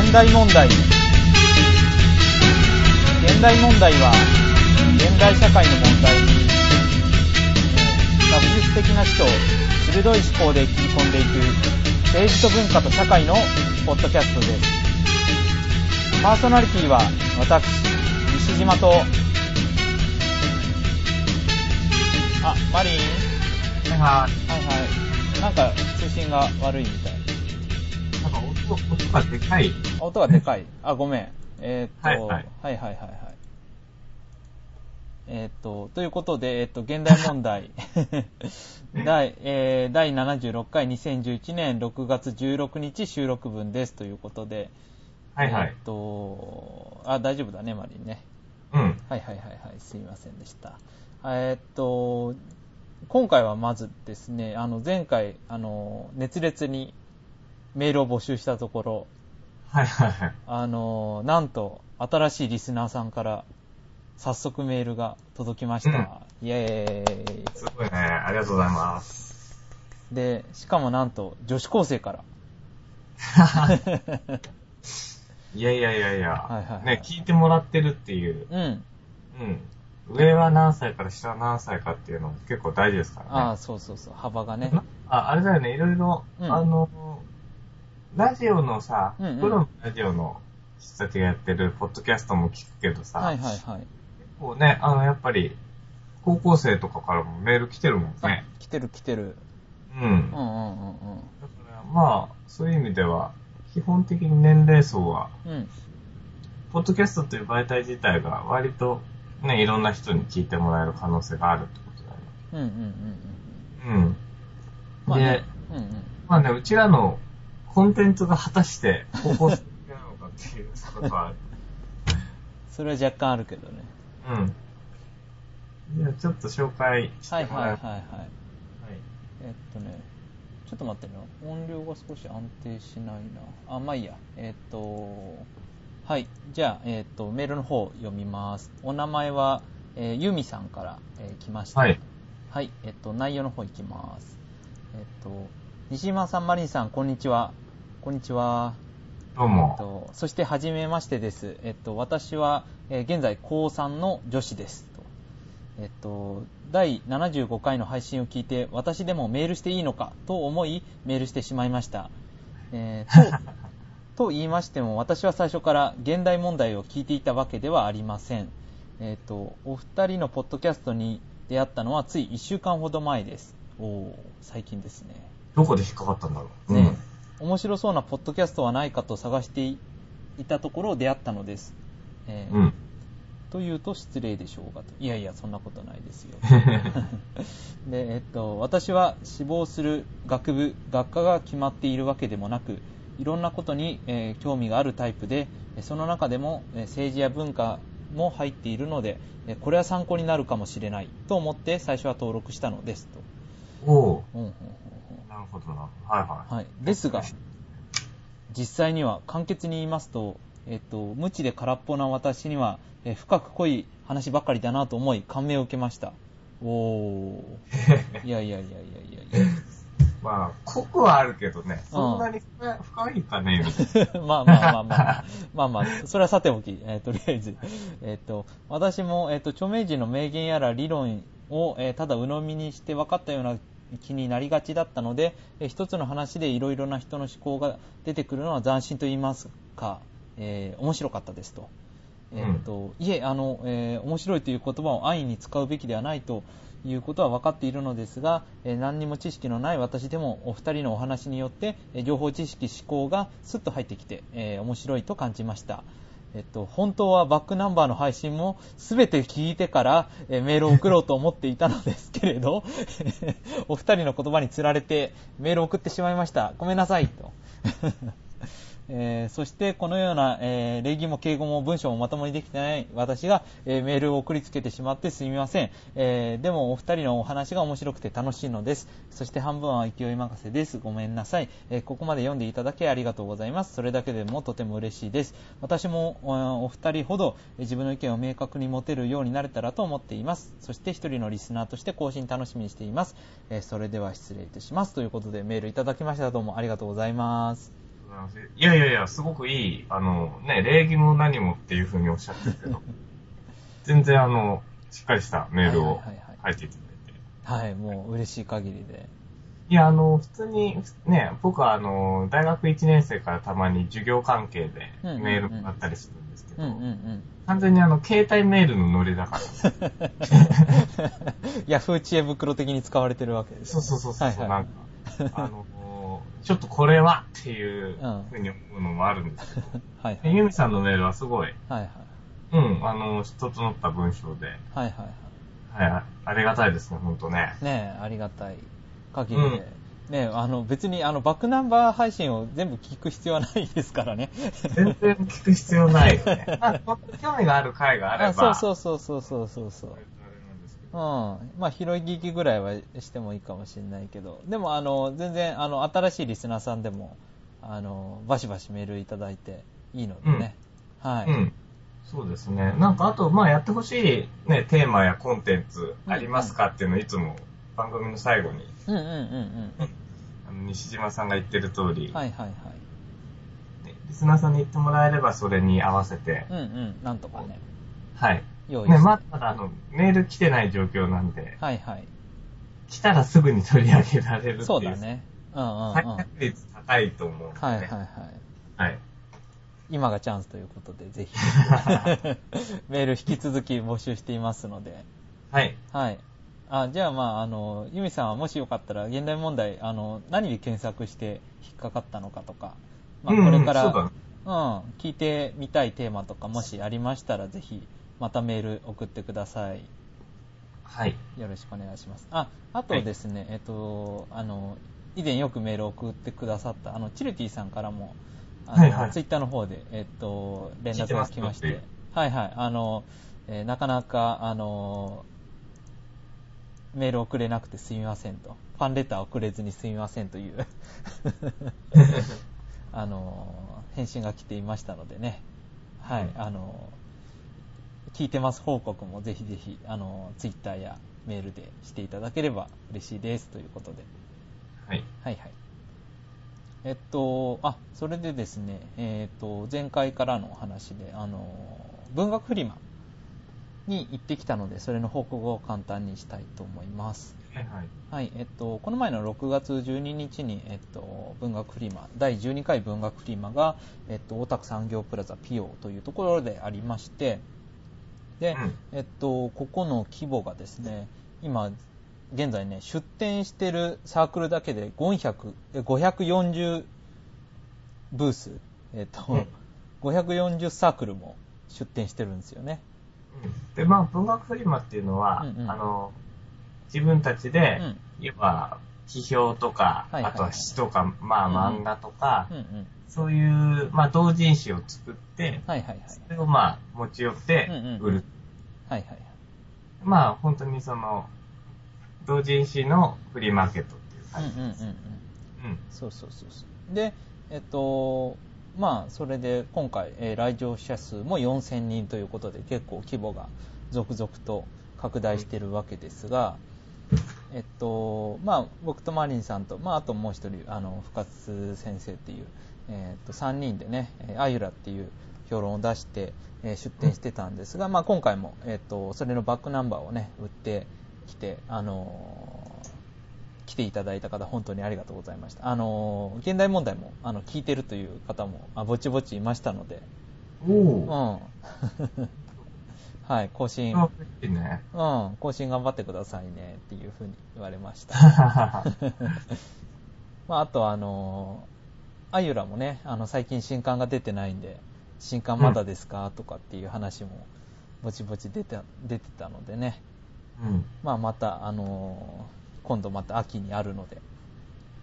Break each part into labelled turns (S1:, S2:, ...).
S1: 現代問題現代問題は現代社会の問題にえー学術的な視聴鋭い思考で切り込んでいく政治と文化と社会のポッドキャストですパーソナリティは私西島とあマリン
S2: なんか、
S1: はいはいなんか通信が悪いみたい
S2: なんか音、音がでかい。
S1: あ音がで かい。あ、ごめん。えーっと、
S2: はい
S1: はいはいはいはいえーっと、ということで、えーっと、現代問 題。第、えー、第76回2011年6月16日収録分ですということで、
S2: はいは
S1: えー
S2: い
S1: っ。と、あ、大丈夫だね、マリンね。
S2: うん。
S1: はいはいはいはい、すいませんでした。えーっと、今回はまずですね、あの、前回、あの、熱烈にメールを募集したところ、
S2: はいはいはい。
S1: あのーなんと、新しいリスナーさんから、早速メールが届きました。イェーイ。
S2: すごいね。ありがとうございます。
S1: で、しかもなんと、女子高生 から。
S2: いやいやいやいや。
S1: はいはいはい
S2: ね、聞いてもらってるっていう。
S1: うん。
S2: うん。上は何歳から下は何歳かっていうのも結構大事ですからね。
S1: ああ、そうそうそう、幅がね。
S2: あ、あれだよね、いろいろ、
S1: うん
S2: あの、ラジオのさ、
S1: うんうん
S2: プロのラジオの人たちがやってるポッドキャストも聞くけどさ、
S1: はいはいはい。
S2: 結構ね、あの、やっぱり、高校生とかからもメール来てるもん
S1: あ
S2: ね。
S1: 来てる来てる。
S2: うん
S1: うんう。んうん
S2: だからまあ、そういう意味では、基本的に年齢層は、
S1: うん。うん。
S2: ポッドキャストという媒体自体が割とね、いろんな人に聞いてもらえる可能性があるってことだ
S1: うんうんうんうん。
S2: よね。うん。
S1: まあね
S2: で、。
S1: うんうん。
S2: まあね、うちらのコンテンツが果たして高校生向けなのかっていうことは、
S1: それは若干あるけどね。
S2: うん。じゃあちょっと紹介し
S1: はい
S2: て
S1: はい
S2: もらえ
S1: はい
S2: ます
S1: はい。えっとね、ちょっと待ってね、音量が少し安定しないな。あ、まあいいや。えっと、はい。じゃあ、えっと、メールの方読みます。お名前は、えーゆみさんから、えー来ました。
S2: はい。はい。
S1: はい。えっと、内容の方いきます。えっと、西島さん、マリンさん、こんにちは。こんにちは。
S2: どう
S1: えっ
S2: も。
S1: と、そして、はじめましてです。えっと、私は、えー現在、高3の女子です。とえっと、第75回の配信を聞いて、私でもメールしていいのかと思い、メールしてしまいました。えーとと言いましても、私は最初から現代問題を聞いていたわけではありません。えっと、お二人のポッドキャストに出会ったのはつい1週間ほど前です。おー最近ですね。
S2: どこで引っかかったんだろう。
S1: ね、面白そうなポッドキャストはないかと探していたところ出会ったのです、えー
S2: うん。うん。
S1: というと失礼でしょうがといやいやそんなことないですよ で、えっと、私は志望する学部学科が決まっているわけでもなくいろんなことに、えー興味があるタイプでえーその中でも、えー政治や文化も入っているのでえーこれは参考になるかもしれないと思って最初は登録したのですと、
S2: おう
S1: うんうんうんうん
S2: なるほどな。はいはい。
S1: はい、ですが、実際には簡潔に言いますと、えっと、無知で空っぽな私には、えー深く濃い話ばかりだなと思い、感銘を受けました。おー。いやいやいやいやいやい
S2: まあ、濃くはあるけどね、そんなに深い深いかね、みたい
S1: や。まあまあまあまあ。まあまあ、それはさておき、えーとりあえず。えっと、私も、えっと、著名人の名言やら理論を、えーただ鵜呑みにして分かったような気になりがちだったので、えー一つの話でいろいろな人の思考が出てくるのは斬新と言いますか、えー面白かったですと。えっと、いえ、あの、えー面白いという言葉を安易に使うべきではないということは分かっているのですが、えー何にも知識のない私でもお二人のお話によって、えー両方知識思考がスッと入ってきて、えー面白いと感じました。えっと、本当はバックナンバーの配信も全て聞いてから、えーメールを送ろうと思っていたのですけれど、 お二人の言葉につられてメールを送ってしまいました。ごめんなさい、と。えーそしてこのような、えー礼儀も敬語も文章もまともにできてない私が、えーメールを送りつけてしまってすみません、えーでもお二人のお話が面白くて楽しいのですそして半分は勢い任せですごめんなさい、えーここまで読んでいただきありがとうございますそれだけでもとても嬉しいです私もえーお二人ほどえー自分の意見を明確に持てるようになれたらと思っていますそして一人のリスナーとして更新楽しみにしています、えーそれでは失礼いたしますということでメールいただきましたどうもありがとうございます
S2: な。いやいやいや、すごくいい、あの、ね、礼儀も何もっていうふうにおっしゃってるけど、全然あの、しっかりしたメール
S1: はい
S2: を
S1: はいはい
S2: 書いていただいて。
S1: はい、もう嬉しい限りで。
S2: いや、あの、普通に、ね、僕はあの、大学1年生からたまに授業関係で
S1: うんうんうん
S2: メールもらったりするんですけ
S1: う
S2: ど、
S1: んうんうん。
S2: 完全にあの、携帯メールのノリだから、
S1: ヤフー知恵袋的に使われてるわけです、
S2: そうそうそうそう、
S1: はいはい
S2: なんか、あの、ちょっとこれはっていう
S1: うん
S2: ふうに思うのもあるんですけど、
S1: はいは
S2: で
S1: い。
S2: ユミさんのメールはすごい、
S1: はいはい。
S2: うん、あの、整った文章で、
S1: はいはいは
S2: はい、あありがたいですね、ほんとね。
S1: い。ねえ、ありがたい限り
S2: う
S1: で。ねえ、あの、別に、あの、バックナンバー配信を全部聞く必要はないですからね。
S2: 全然聞く必要ないです ね。まあ、本当に興味がある回があれば、
S1: そう
S2: う
S1: そうそうそうそうそうそう。うん。まあ、拾い聞きぐらいはしてもいいかもしれないけど。でも、あの、全然、あの、新しいリスナーさんでも、あの、バシバシメールいただいていいのでね。はい。
S2: うん。そうですね。なんか、あと、まあ、やってほしい、ね、テーマやコンテンツありますかっていうのをいつも番組の最後に、
S1: うんうんうん
S2: あの西島さんが言ってる通
S1: う
S2: り、
S1: ん。はいはいはい。
S2: ねリスナーさんに言ってもらえれば、それに合わせて、
S1: うんうん。なんとかね。
S2: はい。
S1: 用意して。
S2: ね、まだ、あの、メール来てない状況なんで、
S1: はいはい。
S2: 来たらすぐに取り上げられるっていう。
S1: そうだ。ね。うんうんうん。は
S2: 再
S1: い
S2: 確率高いと思うんで、
S1: はいはい。
S2: はい。
S1: 今がチャンスということで、ぜひ。 メール引き続き募集していますので。
S2: はい。
S1: はい。あじゃあ、まあ、あの、ユミさんはもしよかったら、現代問題、あの、何で検索して引っかかったのかとか、まあ、
S2: うんうん
S1: これから、
S2: そううだ
S1: ん、
S2: ね
S1: 聞いてみたいテーマとか、もしありましたら、ぜひ、またメール送ってください。
S2: はい。
S1: よろしくお願いします。あ、あとですね、えっと、あの、以前よくメールを送ってくださった、あの、チルティさんからも、あの、
S2: はいはい
S1: ツイッターの方で、えっと、連
S2: 聞い
S1: 絡
S2: て
S1: が
S2: ます
S1: 来まし
S2: 聞い
S1: て
S2: て、
S1: はいはい、あの、えーなかなか、あの、メール送れなくてすみませんと、ファンレター送れずにすみませんという、あの、返信が来ていましたのでね、はい、
S2: うん
S1: あの、聞いてます報告もぜひぜひ、あの、ツイッターやメールでしていただければ嬉しいですということで。
S2: はい。
S1: はいはい。えっと、あ、それでですね、えっと、前回からのお話で、あの、文学フリマに行ってきたので、それの報告を簡単にしたいと思います。
S2: はいはい。
S1: はい、えっと、この前の6月12日に、えっと、文学フリマ、第12回文学フリマが、えっと、大田区産業プラザピオというところでありまして、で、えっと、ここの規模がですね、今、現在ね、出展してるサークルだけで400え540ブース、えっと、
S2: うん
S1: 540サークルも出展してるんですよね。
S2: で、まあ、文学フリマっていうのは、
S1: うんうん
S2: あの、自分たちで、
S1: うん
S2: 要は、批評とか、
S1: はいはいはい
S2: あとは詩とか、まあ、
S1: うんうん
S2: 漫画とか、
S1: うんうん。
S2: そういう、まあ、同人誌を作って、
S1: はいはいはい。
S2: それをまあ、持ち寄って
S1: うんうん
S2: 売る。
S1: はいはいはい。
S2: まあ、本当にその、同人誌のフリーマーケットっていう
S1: うん
S2: 感
S1: う
S2: じ
S1: んうんう
S2: です。
S1: ん。
S2: うん。
S1: そうそうそうそう。で、えっと、まあ、それで今回、えー来場者数も4000人ということで、結構規模が続々と拡大してるわけですが、えっと、まあ、僕とマリンさんと、まあ、あともう一人、あの、深津先生っていう、えっと、3人でね、えーアユラっていう評論を出して、えー出展してたんですが、まあ、今回も、えっと、それのバックナンバーをね、売ってきて、あのー来ていただいた方、本当にありがとうございました。あのー、現代問題も、あの、聞いてるという方も、あぼちぼちいましたので、う
S2: お
S1: ん。
S2: ー。
S1: はい、更新、う
S2: そ
S1: ん、
S2: うです ね。
S1: 更新頑張ってくださいね、っていうふうに言われました。 まあ、あとあのー、アユラもね、あの、最近新刊が出てないんで、新刊まだですか、とかっていう話も、ぼちぼち出て、出てたのでね、
S2: うん。
S1: まあ、また、あのー今度また秋にあるので、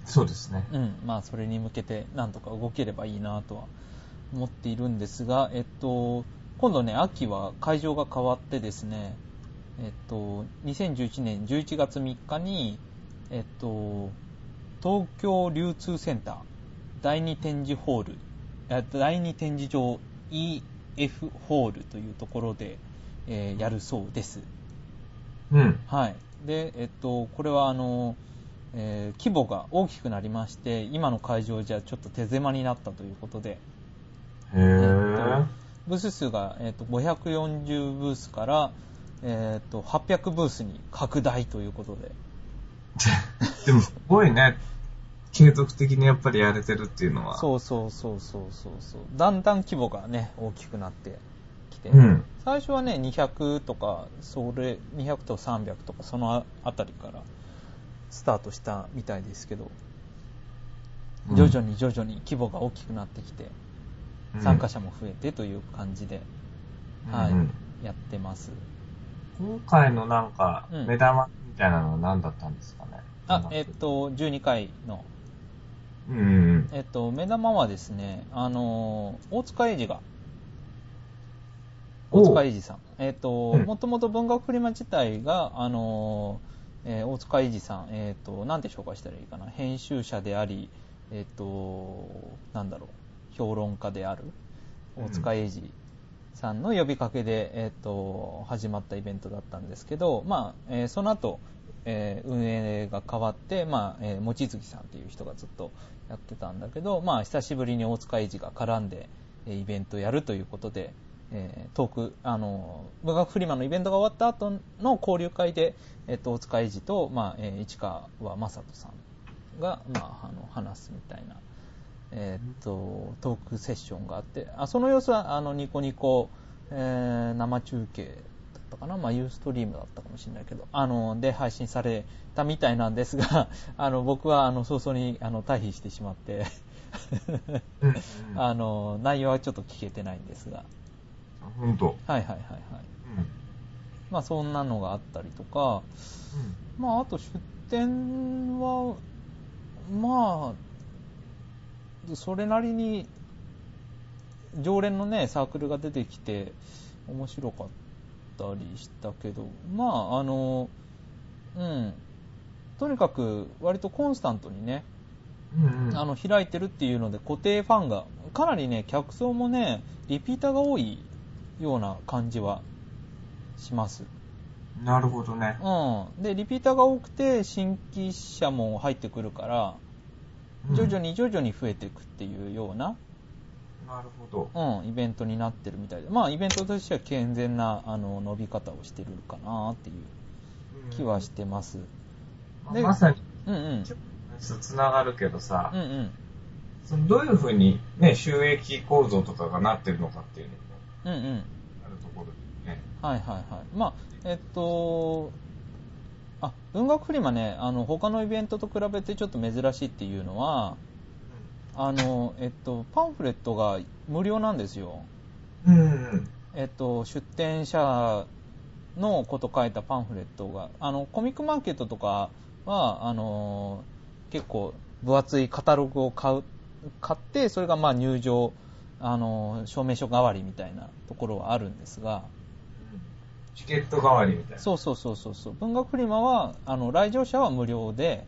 S2: そうですね。
S1: うん、まあそれに向けてなんとか動ければいいなとは思っているんですが、えっと、今度ね、秋は会場が変わってですね、えっと、2011年11月3日に、えっと、東京流通センター第2展示ホール、え第2展示場 EF ホールというところで、えーやるそうです。
S2: うん。
S1: はい。で、えっと、これはあの、えー規模が大きくなりまして今の会場じゃちょっと手狭になったということで
S2: へえ。
S1: ブース数が、えー、と540ブースから、えー、と800ブースに拡大ということで
S2: でもすごいね、継続的にやっぱりやれてるっていうのは。
S1: そうそうそうそうそうそうだんだん規模がね大きくなってきて、
S2: うん。
S1: 最初はね200とかそれ200と300とかそのあたりからスタートしたみたいですけど
S2: うん
S1: 徐々に徐々に規模が大きくなってきて、
S2: うん
S1: 参加者も増えてという感じで、はい
S2: うん
S1: やってます
S2: 今回のなんか
S1: うん、
S2: 目玉みたいなのは何だったんですかね。
S1: あえっ、と12回の
S2: うんうん
S1: えっと、目玉はですね、あのー大塚英二が、大
S2: おう
S1: 塚英二さん。えっと、
S2: うん
S1: もともと文学フリマ自体が、あのーえー大塚英二さん、えっと、なんて紹介したらいいかな、編集者であり、えっと、なんだろう、評論家である、
S2: うん
S1: 大塚英二さんの呼びかけで、えっと、始まったイベントだったんですけど、まあ、えーその後、えー運営が変わって、まあ、えー望月さんっていう人がずっとやってたんだけど、まあ、久しぶりに大塚英二が絡んで、えーイベントやるということで、えートーク、あの、文学フリマのイベントが終わった後の交流会で、えっと、大塚英二と、まあ、えー市川正人さんが、まあ、あの、話すみたいな、えーっと、トークセッションがあって、あ、その様子は、あの、ニコニコ、えー生中継だったかな、まあ、ユーストリームだったかもしれないけど、あの、で配信されたみたいなんですが、 あの、僕は、あの、早々に、あの、退避してしまって、
S2: うんうん。
S1: あの、内容はちょっと聞けてないんですが、
S2: ほんと。
S1: はいはいはいはい。まあ、そんなのがあったりとか、まあ、あと出店は、まあ、それなりに、常連のね、サークルが出てきて、面白かったりしたけど、まあ、あの、うん、とにかく、割とコンスタントにね、
S2: うん。うんうん。
S1: あの、開いてるっていうので、固定ファンが、かなりね、客層もね、リピーターが多いような感じはします。
S2: なるほどね。
S1: うん、でリピーターが多くて新規者も入ってくるから
S2: うん
S1: 徐々。に徐々に増えていくっていうような、
S2: なるほど。
S1: うん、イベントになってるみたいでまあイベントとしては健全なあの伸び方をしてるかなっていう気はしてます、
S2: まあ
S1: で
S2: まさに、
S1: うん、うん
S2: つながるけどさ、
S1: うんうん
S2: そのどういうふうに、ね、収益構造とかがなってるのかっていうのも
S1: うんうん
S2: あるところでね。
S1: はいはいはいまあえっとあ文学フリマねあの他のイベントと比べてちょっと珍しいっていうのはあのえっとパンフレットが無料なんですよ
S2: うん。うん。
S1: えっと、出店者のこと書いたパンフレットがあのコミックマーケットとかはあのー結構分厚いカタログを買う買ってそれがまあ入場、あのー証明書代わりみたいなところはあるんですが
S2: チケット代わりみたいな。
S1: そうそうそうそうそう文学フリマはあの来場者は無料で、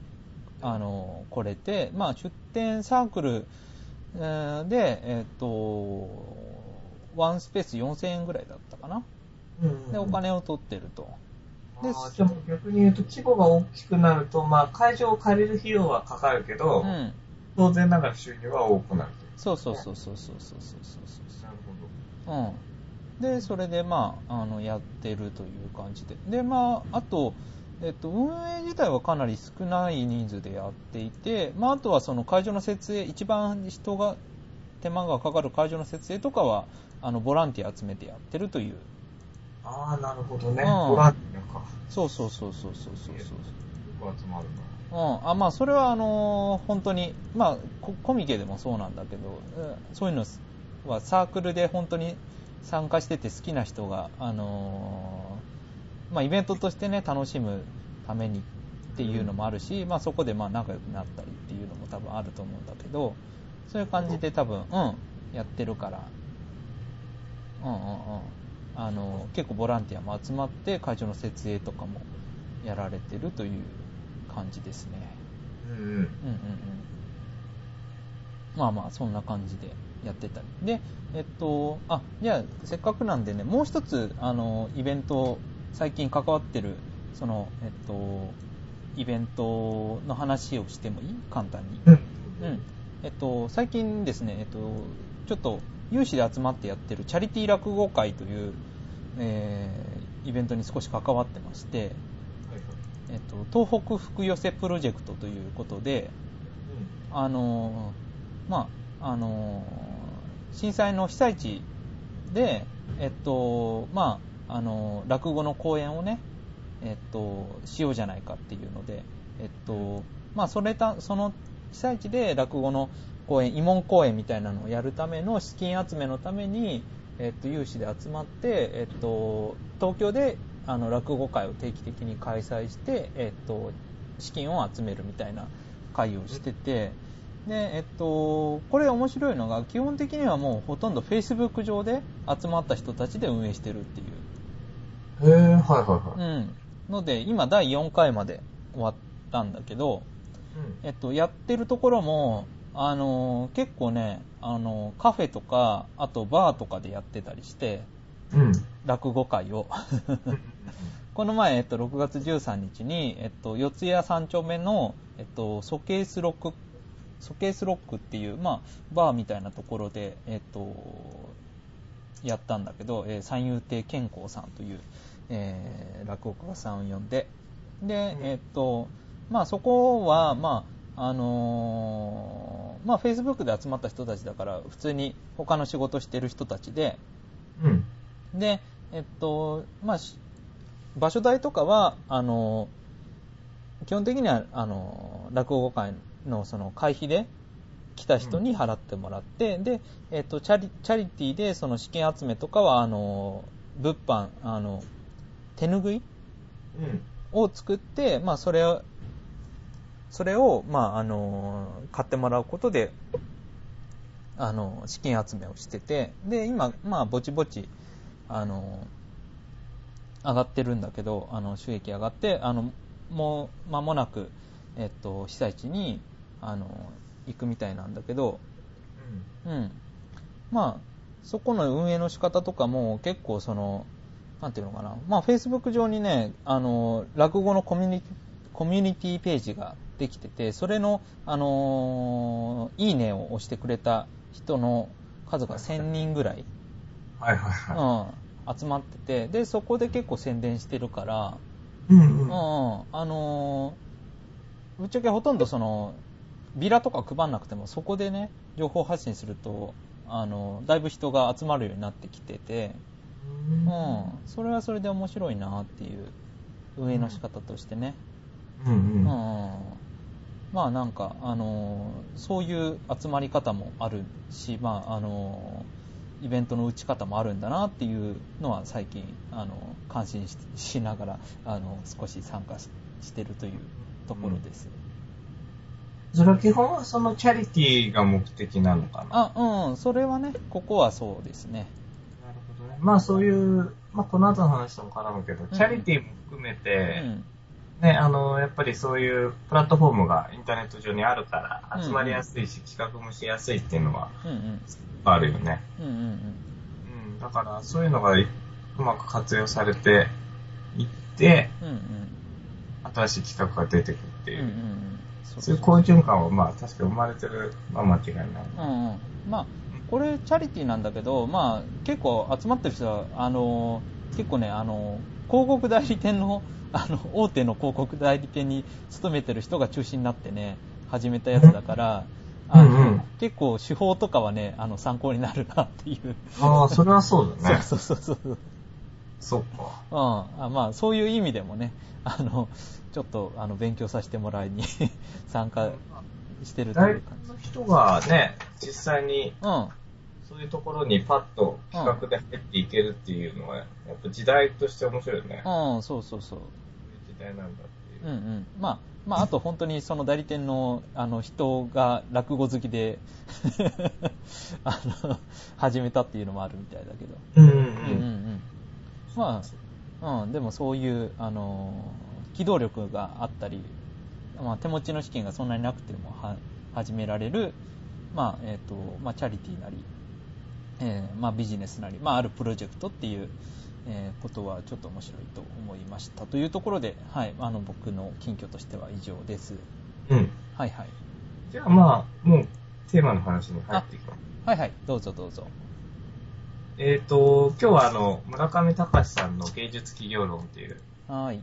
S1: あのー来れて、まあ、出店サークルえーで、えっとワンスペース4000円ぐらいだったかな。
S2: うんうんうん
S1: でお金を取ってると、
S2: あーじゃあもう逆に言うと規模が大きくなると、まあ、会場を借りる費用はかかるけど、
S1: うん、
S2: 当然ながら収入は多くなる
S1: そうそうそうそうそうそうそうそう
S2: と。なる
S1: そう、うん、でそれでまああのやってるという感じででまああと、えっと、運営自体はかなり少ない人数でやっていて、まあ、あとはその会場の設営一番人が手間がかかる会場の設営とかはあのボランティア集めてやってるという
S2: ほど。ああ、なるほどね。
S1: うん
S2: ボランティアか。
S1: そうそうそうそうそうそうそう
S2: よく集まるな。
S1: うん、あまあそれはあのー本当に、まあ、ココミケでもそうなんだけど、うんそういうのはサークルで本当に参加してて好きな人が、あのーまあ、イベントとして、ね、楽しむためにっていうのもあるし、まあ、そこでまあ仲良くなったりっていうのも多分あると思うんだけどそういう感じで多分、うん、やってるから、うんうんうんあのー結構ボランティアも集まって会場の設営とかもやられてるという感じですね
S2: うんうん。
S1: うんうんうんまあまあそんな感じでやってたりでえっとあじゃあせっかくなんでねもう一つあのイベント最近関わってるそのえっとイベントの話をしてもいい簡単に。
S2: うん。
S1: うん。えっと、最近ですね、えっと、ちょっと有志で集まってやってるチャリティー落語会という、えーイベントに少し関わってまして、えっと、東北福寄せプロジェクトということで、あのーまあ、あのー震災の被災地で、えっと、まあ、あのー落語の公演をね、えっと、しようじゃないかっていうので、えっと、まあ、それた、その被災地で落語の公演、慰問公演みたいなのをやるための資金集めのために、えっと、有志で集まって、えっと、東京で、あの、落語会を定期的に開催して、えっと、資金を集めるみたいな会をしてて、で、えっと、これ面白いのが、基本的にはもうほとんど Facebook 上で集まった人たちで運営してるっていう。
S2: へえ、はいはいは
S1: う
S2: い。
S1: ん。ので、今第4回まで終わったんだけど、えっと、やってるところも、あの結構ね、あのカフェとか、あとバーとかでやってたりして、
S2: うん。うん。
S1: 落語会を。 この前、えっと、6月13日に、えっと、四谷三丁目の、えっと、ソケースロック、ソケースロックっていう、まあ、バーみたいなところで、えっと、やったんだけど、えー三遊亭健康さんという、えー落語家さんを呼んで、で、
S2: うん
S1: えっと、まあ、そこは、まあ、あのーまあ、Facebook で集まった人たちだから、普通に他の仕事してる人たちで、
S2: うん。
S1: で、えっと、まあ、し場所代とかは、あの、基本的には、あの、落語会のその会費で来た人に払ってもらって、で、えっと、チャリ、チャリティーでその資金集めとかは、あの、物販、あの、手拭い
S2: うん。
S1: を作って、まあ、それを、それを、まあ、あの、買ってもらうことで、あの、資金集めをしてて、で、今、まあ、ぼちぼち、あの、上がってるんだけど、あの、収益上がって、あの、もう、間もなく、えっと、被災地に、あの、行くみたいなんだけど、うん。まあ、そこの運営の仕方とかも結構その、なんていうのかな。まあ、Facebook 上にね、あの、落語のコミュニコミュニティページができてて、それの、あのーいいねを押してくれた人の数が1000人ぐらい、
S2: はいはいは
S1: うん、集まってて、で、そこで結構宣伝してるから、
S2: い。うん
S1: うん、あのーぶっちゃけほとんどその、ビラとか配んなくても、そこでね、情報発信すると、あのーだいぶ人が集まるようになってきてて、う
S2: う。
S1: んん、それはそれで面白いなっていう、運営の仕方としてね。
S2: う
S1: うんん、
S2: うん。
S1: まあなんか、あのーそういう集まり方もあるし、まあ、あのーイベントの打ち方もあるんだなっていうのは最近、あのー感心ししながら、あのー少し参加ししてるというところです。
S2: それは基本はそのチャリティーが目的なのかな。
S1: あ、うん、それはね、ここはそうですね。
S2: なるほどね。まあそういう、まあこの後の話とも絡むけど、チャリティーも含め
S1: う
S2: て、
S1: ん、
S2: ね、あの、やっぱりそういうプラットフォームがインターネット上にあるか
S1: うん
S2: ら、集まりやすいし、企画もしやすいっていうのは
S1: うん、うん、
S2: あるよね。
S1: うん、うんうん。
S2: うん、だからそういうのがいうまく活用されていって、
S1: うんうん
S2: 新しい企画が出てくるって
S1: うん
S2: い
S1: うんう
S2: う、
S1: んそう
S2: そ
S1: そう
S2: いう好循環はまあ確かに生まれてるのは間違いない。
S1: うんうん、まあこれチャリティーなんだけど、まあ、結構集まってる人はあのー結構ねあのー広告代理店のあの大手の広告代理店に勤めてる人が中心になってね始めたやつだから、あの
S2: うんうん
S1: 結構手法とかはねあの参考になるなっていう、
S2: ああ、それはそうだね。
S1: そうそうそうそう、うん、
S2: そっか。
S1: あまあそういう意味でもねあのちょっとあの勉強させてもらいに 参加してると
S2: 大
S1: いう
S2: 学
S1: 感じ
S2: の人がね、実際に
S1: うん
S2: そういうところにパッと企画で入っていけるっていうのは、やっぱ時代として面白いよね。こ
S1: うん、そうそうそう。
S2: ういう時代なんだって
S1: う
S2: い
S1: んう
S2: う。
S1: ん。まあ、まあ、あと本当にその代理店の、あの、人が落語好きで、 あの、始めたっていうのもあるみたいだけど。
S2: うんう
S1: うんうんうん。まあ、うん、でもそういう、あの、機動力があったり、まあ、手持ちの資金がそんなになくてもは始められる、まあ、えっ、と、まあ、チャリティーなり、えーまあ、ビジネスなり、まあ、あるプロジェクトっていう、えーことはちょっと面白いと思いましたというところで、はい、あの僕の近況としては以上です。
S2: うん。
S1: はいはい。
S2: じゃあまあ、もうテーマの話に入っていきます。
S1: はいはい、どうぞどうぞ。
S2: えっ、と、今日はあの、村上隆さんの芸術企業論っていう、
S1: はい。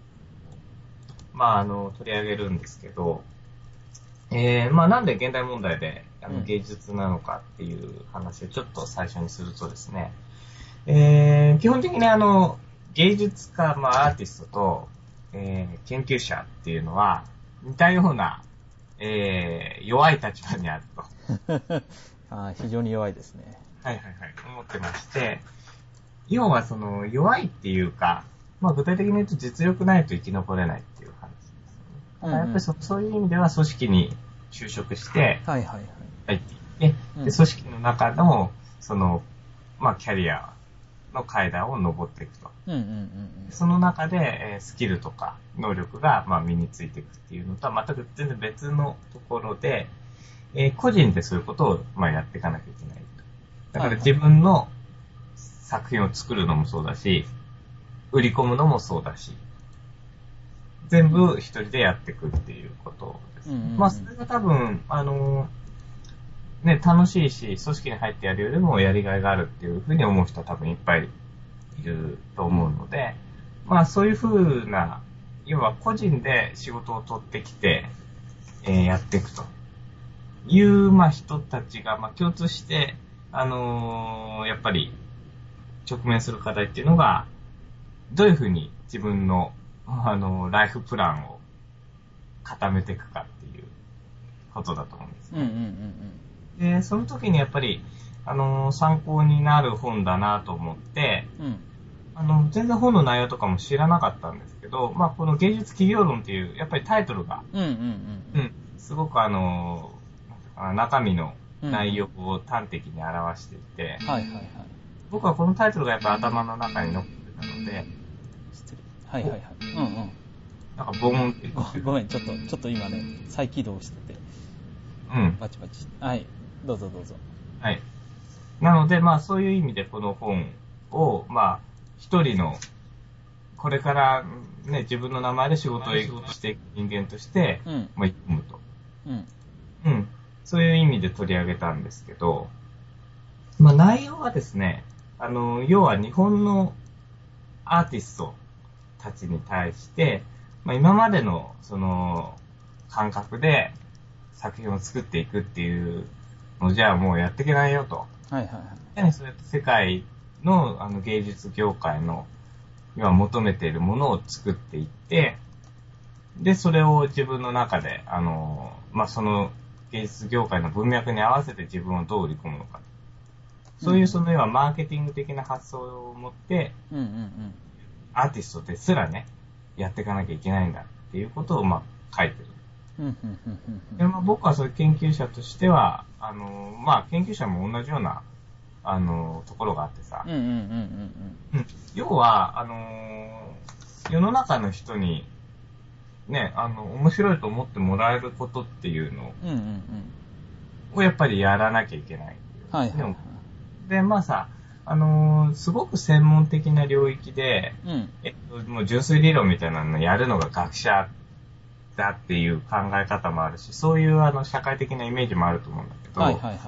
S2: まああの、取り上げるんですけど、えー、まあなんで現代問題であ
S1: う
S2: の
S1: ん
S2: 芸術なのかっていう話をちょっと最初にするとですね、えー、基本的にあの、芸術家、まあアーティストと、えー、研究者っていうのは、似たような、えー、弱い立場にあると。
S1: あー非常に弱いですね。
S2: はいはいはい、思ってまして、要はその弱いっていうか、まあ具体的に言うと実力ないと生き残れないっていう話ですよね。ただやっぱりそ,、そういう意味では組織に就職して
S1: はいはいはい。
S2: 入っていって、
S1: うん
S2: で、組織の中の、その、まあキャリアの階段を登っていくと。
S1: うんうんうん
S2: その中で、えースキルとか能力が、まあ、身についていくっていうのとは全く全然別のところで、えー個人でそういうことを、まあ、やっていかなきゃいけないと。だか
S1: はい
S2: ら
S1: はい
S2: 自分の作品を作るのもそうだし、売り込むのもそうだし、全部一人でやっていくっていうことです。
S1: うんうんうん
S2: まあ、それが多分、あのーね、楽しいし、組織に入ってやるよりもやりがいがあるっていうふうに思う人は多分いっぱいいると思うので、まあそういうふうな、要は個人で仕事を取ってきて、えーやっていくという、まあ人たちが、まあ共通して、あのーやっぱり直面する課題っていうのが、どういうふうに自分の、あのーライフプランを固めていくかっていうことだと思うんです
S1: うん。うんうんうん
S2: で、その時にやっぱり、あのー参考になる本だなと思って、
S1: うん。うん。
S2: あの、全然本の内容とかも知らなかったんですけど、まあ、この芸術企業論っていう、やっぱりタイトルが、
S1: うんうん
S2: うん、すごくあの、なんていうかな中身の
S1: うん。
S2: 内容を端的に表していて、
S1: はいはいはい。
S2: 僕はこのタイトルがやっぱ頭の中に残ってたので、
S1: 失礼。はいはいはい。うんうん。
S2: なんかボーンっていう
S1: ご
S2: か、
S1: ごめん、ちょっと、ちょっと今ね、再起動してて、
S2: うん、
S1: バチバチ。はい、どうぞどうぞ。
S2: はい。なので、まあ、そういう意味でこの本を、まあ、一人の、これから、ね、自分の名前で仕事をしていく人間として、
S1: うん、
S2: まあ、読むと。
S1: うん、
S2: うん。そういう意味で取り上げたんですけど、まあ内容はですね、あの、要は日本のアーティストたちに対して、まあ今までのその感覚で作品を作っていくっていうのじゃもうやっていけないよと。
S1: はいはいはい。
S2: やはりそうやって世界のあの芸術業界の今求めているものを作っていって、で、それを自分の中で、あの、まあ、その芸術業界の文脈に合わせて自分をどう売り込むのか。そういうその要はマーケティング的な発想を持って、
S1: うんうんうん。
S2: アーティストですらね、やっていかなきゃいけないんだっていうことを、まあ、書いてる。
S1: うんうんうんう
S2: で
S1: ん
S2: まあ、僕はそういう研究者としては、あの、まあ、研究者も同じような、あの、ところがあってさ、
S1: うんうんうんうん
S2: うん要は、あのー世の中の人に、ね、あの、面白いと思ってもらえることっていうの
S1: うんうんうんうん
S2: をやっぱりやらなきゃいけない。
S1: はいはいはい
S2: で、まあさ、あのーすごく専門的な領域で、
S1: うん
S2: えっと、もう純粋理論みたいなのやるのが学者だっていう考え方もあるし、そういうあの、社会的なイメージもあると思うんだけど、
S1: はいはいはいは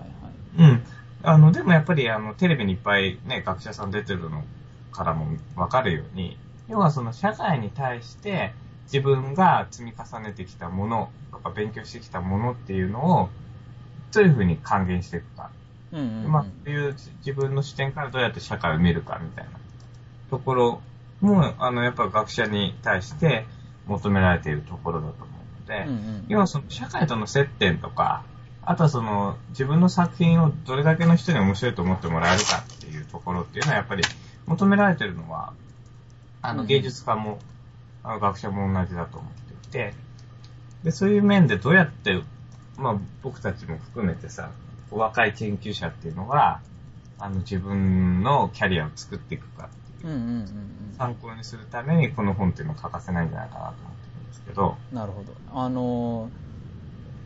S1: い
S2: うん。あの、でもやっぱり、あの、テレビにいっぱいね、学者さん出てるのからもわかるように、要はその社会に対して自分が積み重ねてきたものとか勉強してきたものっていうのを、どういうふうに還元していくか。
S1: うんうんうん
S2: まあ、そういう自分の視点からどうやって社会を見るかみたいなところも、あの、やっぱ学者に対して求められているところだと思うので、
S1: うんうん
S2: 要はその社会との接点とか、あとはその自分の作品をどれだけの人に面白いと思ってもらえるかっていうところっていうのはやっぱり求められてるのは、あ
S1: う
S2: の
S1: ん
S2: 芸術家も、あの学者も同じだと思っていて、で、そういう面でどうやって、まあ僕たちも含めてさ、若い研究者っていうのが、あの自分のキャリアを作っていくかっていう
S1: うんうんうんうん
S2: 参考にするためにこの本っていうのは欠かせないんじゃないかなと思ってるんですけど、
S1: なるほど。あの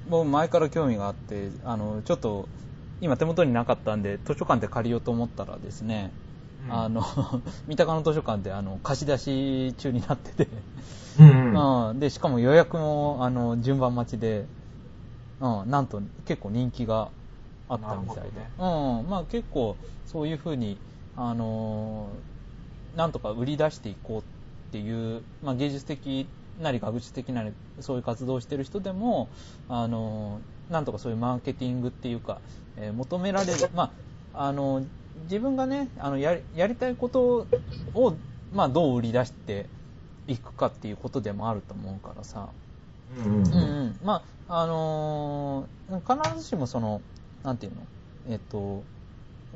S1: ー、もう前から興味があって、あのちょっと今手元になかったんで、図書館で借りようと思ったらですね、
S2: うん
S1: あの 三鷹の図書館であの貸し出し中になってて、
S2: うんうん。
S1: うん、でしかも予約もあの順番待ちで、うん、なんと結構人気があったみたいで、
S2: なる
S1: うんまあ、結構そういうふうに、あのーなんとか売り出していこうっていう、まあ、芸術的なり学術的なりそういう活動をしてる人でも、あのーなんとかそういうマーケティングっていうか、えー求められ る、まああのー自分がねあのやりやりたいことを、まあ、どう売り出していくかっていうことでもあると思うからさ。
S2: う
S1: う
S2: ん
S1: ん
S2: うん。
S1: うん、まああのー必ずしもそのなんていうのえっと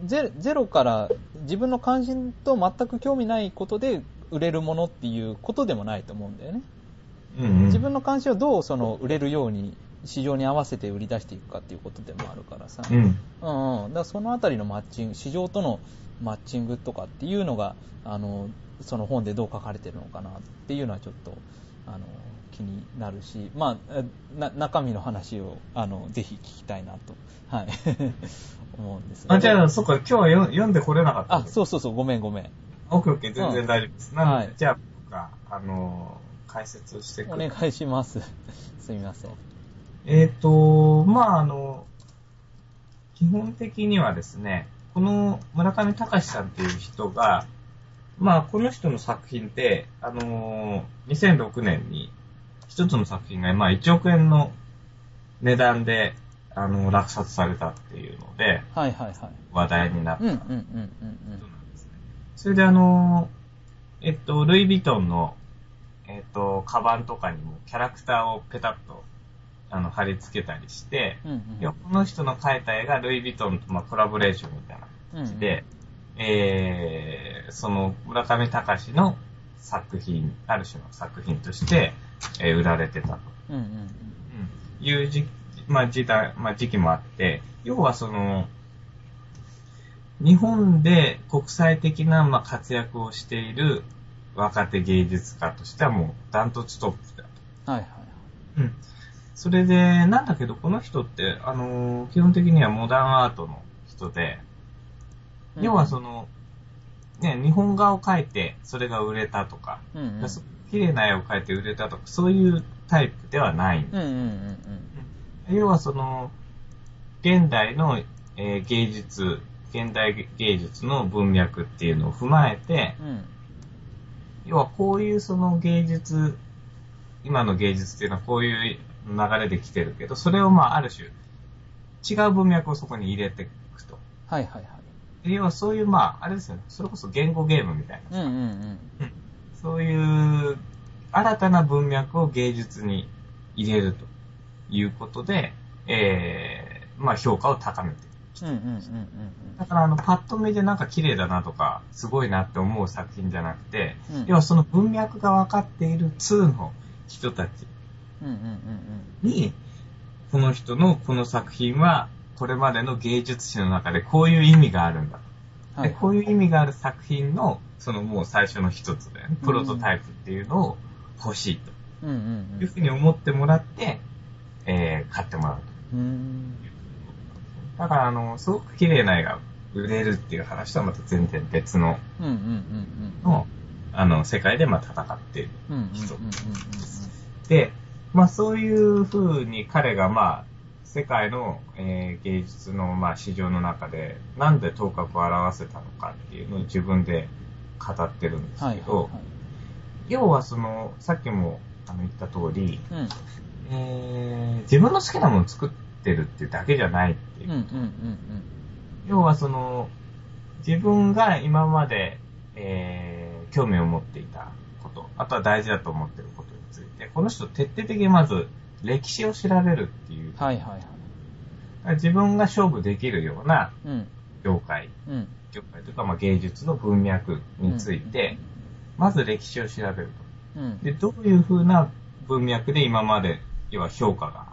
S1: ゼゼロから自分の関心と全く興味ないことで売れるものっていうことでもないと思うんだよね、
S2: うん
S1: 自分の関心をどうその売れるように市場に合わせて売り出していくかっていうことでもあるからさ、
S2: うん。
S1: うんうん、だからそのあたりのマッチング市場とのマッチングとかっていうのがあのその本でどう書かれてるのかなっていうのはちょっとあの気になるし、まあ、えな中身の話をあのぜひ聞きたいなと、はい、 思うんですが
S2: あ、じゃあ、そっか、今日はよ読んでこれなかった。
S1: あそうそうそうごめんごめん
S2: オッケーオッケー、全然大丈夫です。なので、
S1: はい
S2: じゃあ、僕が、あのー解説をしてい
S1: お
S2: く。
S1: 願いします すみません
S2: えっ、と、まあ、あの、基本的にはですね、この村上隆さんっていう人が、まあ、この人の作品って、あのー2006年に一つの作品が、まあ、1億円の値段で、あの落札されたっていうので、
S1: はいはいはい
S2: 話題になった
S1: うんうんうんうん
S2: それであの、えっと、ルイ・ヴィトンの、えっと、カバンとかにもキャラクターをペタッと、あの、貼り付けたりして、
S1: うんうん
S2: いやこの人の描いた絵がルイ・ヴィトンと、まあ、コラボレーションみたいな
S1: うんうん
S2: で、えーその村上隆の作品、ある種の作品として、えー売られてたと。
S1: うんうんうん
S2: いう時,、まあ時代まあ、時期もあって、要はその、日本で国際的な、まあ、活躍をしている若手芸術家としてはもうダントツトップだと。
S1: はいはいはい
S2: うん。それで、なんだけどこの人って、あのー基本的にはモダンアートの人で、要はその、ね、日本画を描いてそれが売れたとか、
S1: うんうんうん
S2: そ綺麗な絵を描いて売れたとか、そういうタイプではないんだ
S1: うんうんうん
S2: 要はその、現代の、えー芸術、現代芸術の文脈っていうのを踏まえて、
S1: うんうん
S2: 要はこういうその芸術、今の芸術っていうのはこういう流れで来てるけど、それをまあある種、違う文脈をそこに入れていくと。
S1: はいはいはい
S2: で要はそういうまあ、あれですよね、それこそ言語ゲームみたいな、
S1: うんうんうん
S2: そういう新たな文脈を芸術に入れるということで、えーまあ評価を高めていく。
S1: うんうんうん
S2: だからあの、パッと見でなんか綺麗だなとか、すごいなって思う作品じゃなくて、
S1: うんうん
S2: 要はその文脈が分かっている2の人たち
S1: うんうんうん
S2: に、この人のこの作品は、これまでの芸術史の中でこういう意味があるんだ。
S1: うんはい
S2: でこういう意味がある作品の、そのもう最初の一つで、ね、プロトタイプっていうのを欲しいと
S1: うんうん
S2: いうふうに思ってもらって、えー買ってもらうと。
S1: うんうん
S2: だからあの、すごく綺麗な絵が売れるっていう話とはまた全然別の
S1: うんうんうん
S2: の、あの、世界で、まあ、戦っている。
S1: うんうんうんうんうんうん
S2: 人で、まあ、そういう風に彼が、まあ、世界の、えー芸術の、まあ、市場の中で、なんで頭角を現せたのかっていうのを自分で語ってるんです
S1: はい
S2: けど、
S1: はい
S2: 要はその、さっきもあの言った通り、
S1: はいうん
S2: えー自分の好きなものを作ってるってだけじゃないっていう。
S1: うんうんうん
S2: 要はその、自分が今まで、えー興味を持っていたこと、あとは大事だと思っていることについて、この人徹底的にまず歴史を調べるっていう
S1: うん、はいはいはい
S2: 自分が勝負できるような
S1: うん
S2: 業界、
S1: うん
S2: 業界というか、まあ、芸術の文脈について、まず歴史を調べる
S1: うんうん
S2: と。で、どういう風な文脈で今まで、要は評価が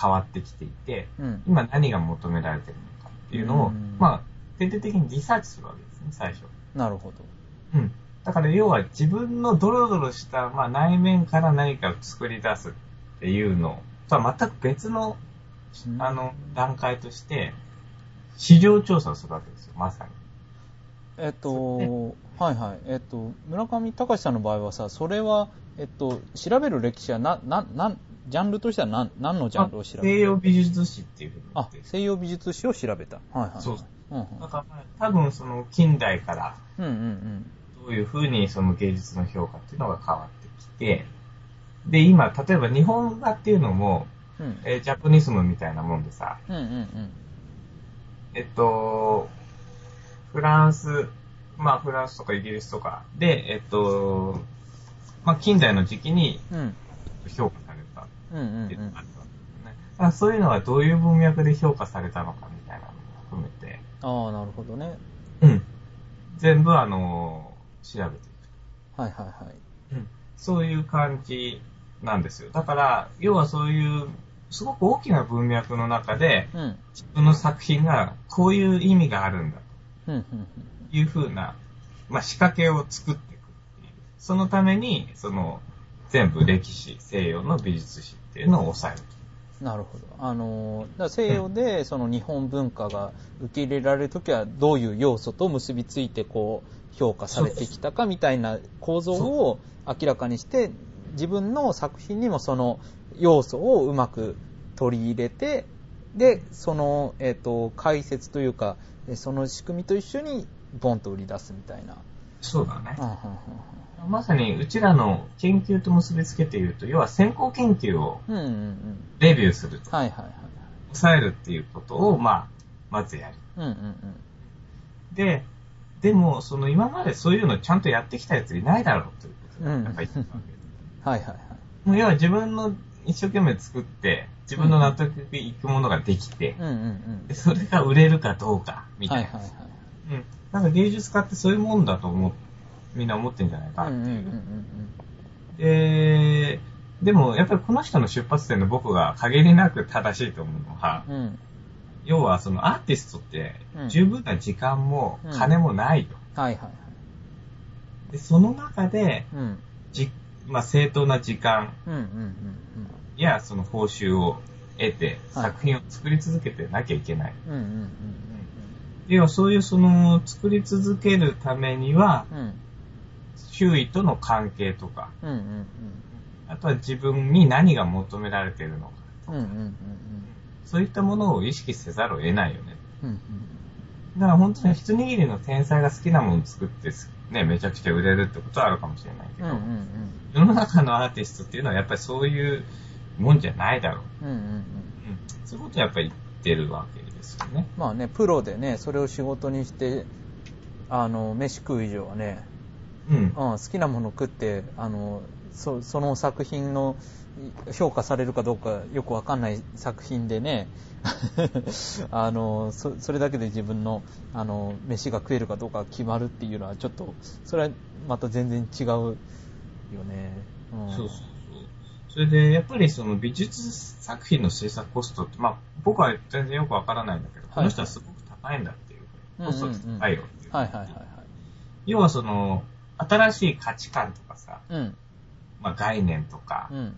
S2: 変わってきていて、
S1: うん
S2: 今何が求められてるのかっていうのを、
S1: うん
S2: まあ、徹底的にリサーチするわけですね、最初。
S1: なるほど
S2: うん。だから要は自分のドロドロした、まあ、内面から何かを作り出すっていうのとは全く別の
S1: うん
S2: あの段階として市場調査をするわけですよ、まさに。
S1: えっと、はいはい。えっと、村上隆さんの場合はさ、それは、えっと、調べる歴史はな、な、なん、ジャンルとしては何、何のジャンルを調べる
S2: 西洋美術史っていうふうに言
S1: あ
S2: って、る
S1: 西洋美術史を調べた。はいはいはい。
S2: そう
S1: うんうん。
S2: だから、多分その近代から
S1: うんうんうん。
S2: どういうふうにその芸術の評価っていうのが変わってきて、で、今、例えば日本画っていうのも、
S1: うん
S2: えージャポニスムみたいなもんでさ、
S1: うんうんうん。
S2: えっと、フランス、まあフランスとかイギリスとかで、えっと、まあ近代の時期に
S1: うん
S2: 評価されたっ
S1: うんうん
S2: ていううんのがあったんだよね。だからそういうのはどういう文脈で評価されたのかみたいなのも含めて、
S1: ああ、なるほどね。
S2: うん。全部あの、調べていく。
S1: はいはいはい。
S2: そういう感じなんですよ。だから、要はそういう、すごく大きな文脈の中で、
S1: うん。うん
S2: 自分の作品がこういう意味があるんだ
S1: うんうん。
S2: というふうな、まあ、仕掛けを作っていくっていう。そのために、その、全部歴史、西洋の美術史っていうのを抑える。
S1: なるほど。あのー、だから西洋でその日本文化が受け入れられるときはどういう要素と結びついてこう評価されてきたかみたいな構造を明らかにして自分の作品にもその要素をうまく取り入れてでその、えっと解説というかえその仕組みと一緒にボンと売り出すみたいな。
S2: そうだね
S1: うん。うんうん
S2: まさに、うちらの研究と結びつけて言うと、要は先行研究を
S1: うんうんうんうん。
S2: レビューすると。
S1: はいはいはい。
S2: 抑えるっていうことを、まあ、まずやる。
S1: うんうん
S2: で、でも、その今までそういうのちゃんとやってきたやついないだろうということが
S1: うん
S2: やっぱり言ってたわけで
S1: うん。はいはいはい。
S2: もう要は自分の一生懸命作って、自分の納得いくものができて
S1: う、んうんうん
S2: で。 それが売れるかどうか、みた
S1: はいい
S2: な。
S1: はいはい。
S2: うん。なんか芸術家ってそういうもんだと思う、みんな思ってんじゃないかって
S1: う
S2: い
S1: ん
S2: う。
S1: うんうん
S2: で、でもやっぱりこの人の出発点の僕が限りなく正しいと思うのは、
S1: うんうん。
S2: 要はそのアーティストって
S1: うん
S2: 十分な時間も
S1: うん
S2: 金もないと。
S1: はいはいはい。
S2: で、その中で、
S1: うん。
S2: じ、まあ、正当な時間
S1: うんうんうん
S2: やその報酬を得て
S1: はい
S2: 作品を作り続けてなきゃいけない。
S1: うん。うんうんうん
S2: 要はそういうその作り続けるためには
S1: うん。うん
S2: 周囲との関係とか、
S1: うんうん
S2: あとは自分に何が求められているのか、
S1: うん。うんうんうん
S2: そういったものを意識せざるを得ないよね。
S1: うん。うん
S2: だから本当に一握りの天才が好きなものを作ってね、めちゃくちゃ売れるってことはあるかもしれないけ
S1: うん。う
S2: ど、
S1: んうん
S2: 世の中のアーティストっていうのはやっぱりそういうもんじゃないだろう。
S1: うん。うんうんうん。
S2: うん、そういうことをやっぱり言ってるわけですよね。
S1: まあね、プロでね、それを仕事にして、あの、飯食う以上はね、
S2: うん。
S1: うん、好きなもの食ってあのそその作品のい評価されるかどうかよくわかんない作品でね あのそそれだけで自分のあの飯が食えるかどうか決まるっていうのはちょっとそれはまた全然違うよね、うん、
S2: そうそうそう。それで、やっぱりその美術作品の制作コストって、まあ僕は全然よくわからないんだけど、
S1: い
S2: この人はすごく高いんだっていう。
S1: うんうんう
S2: コ
S1: ん
S2: ストって高いよっていう
S1: はいはいはいはい
S2: 要はその、新しい価値観とかさ、
S1: うん
S2: まあ概念とか、
S1: うん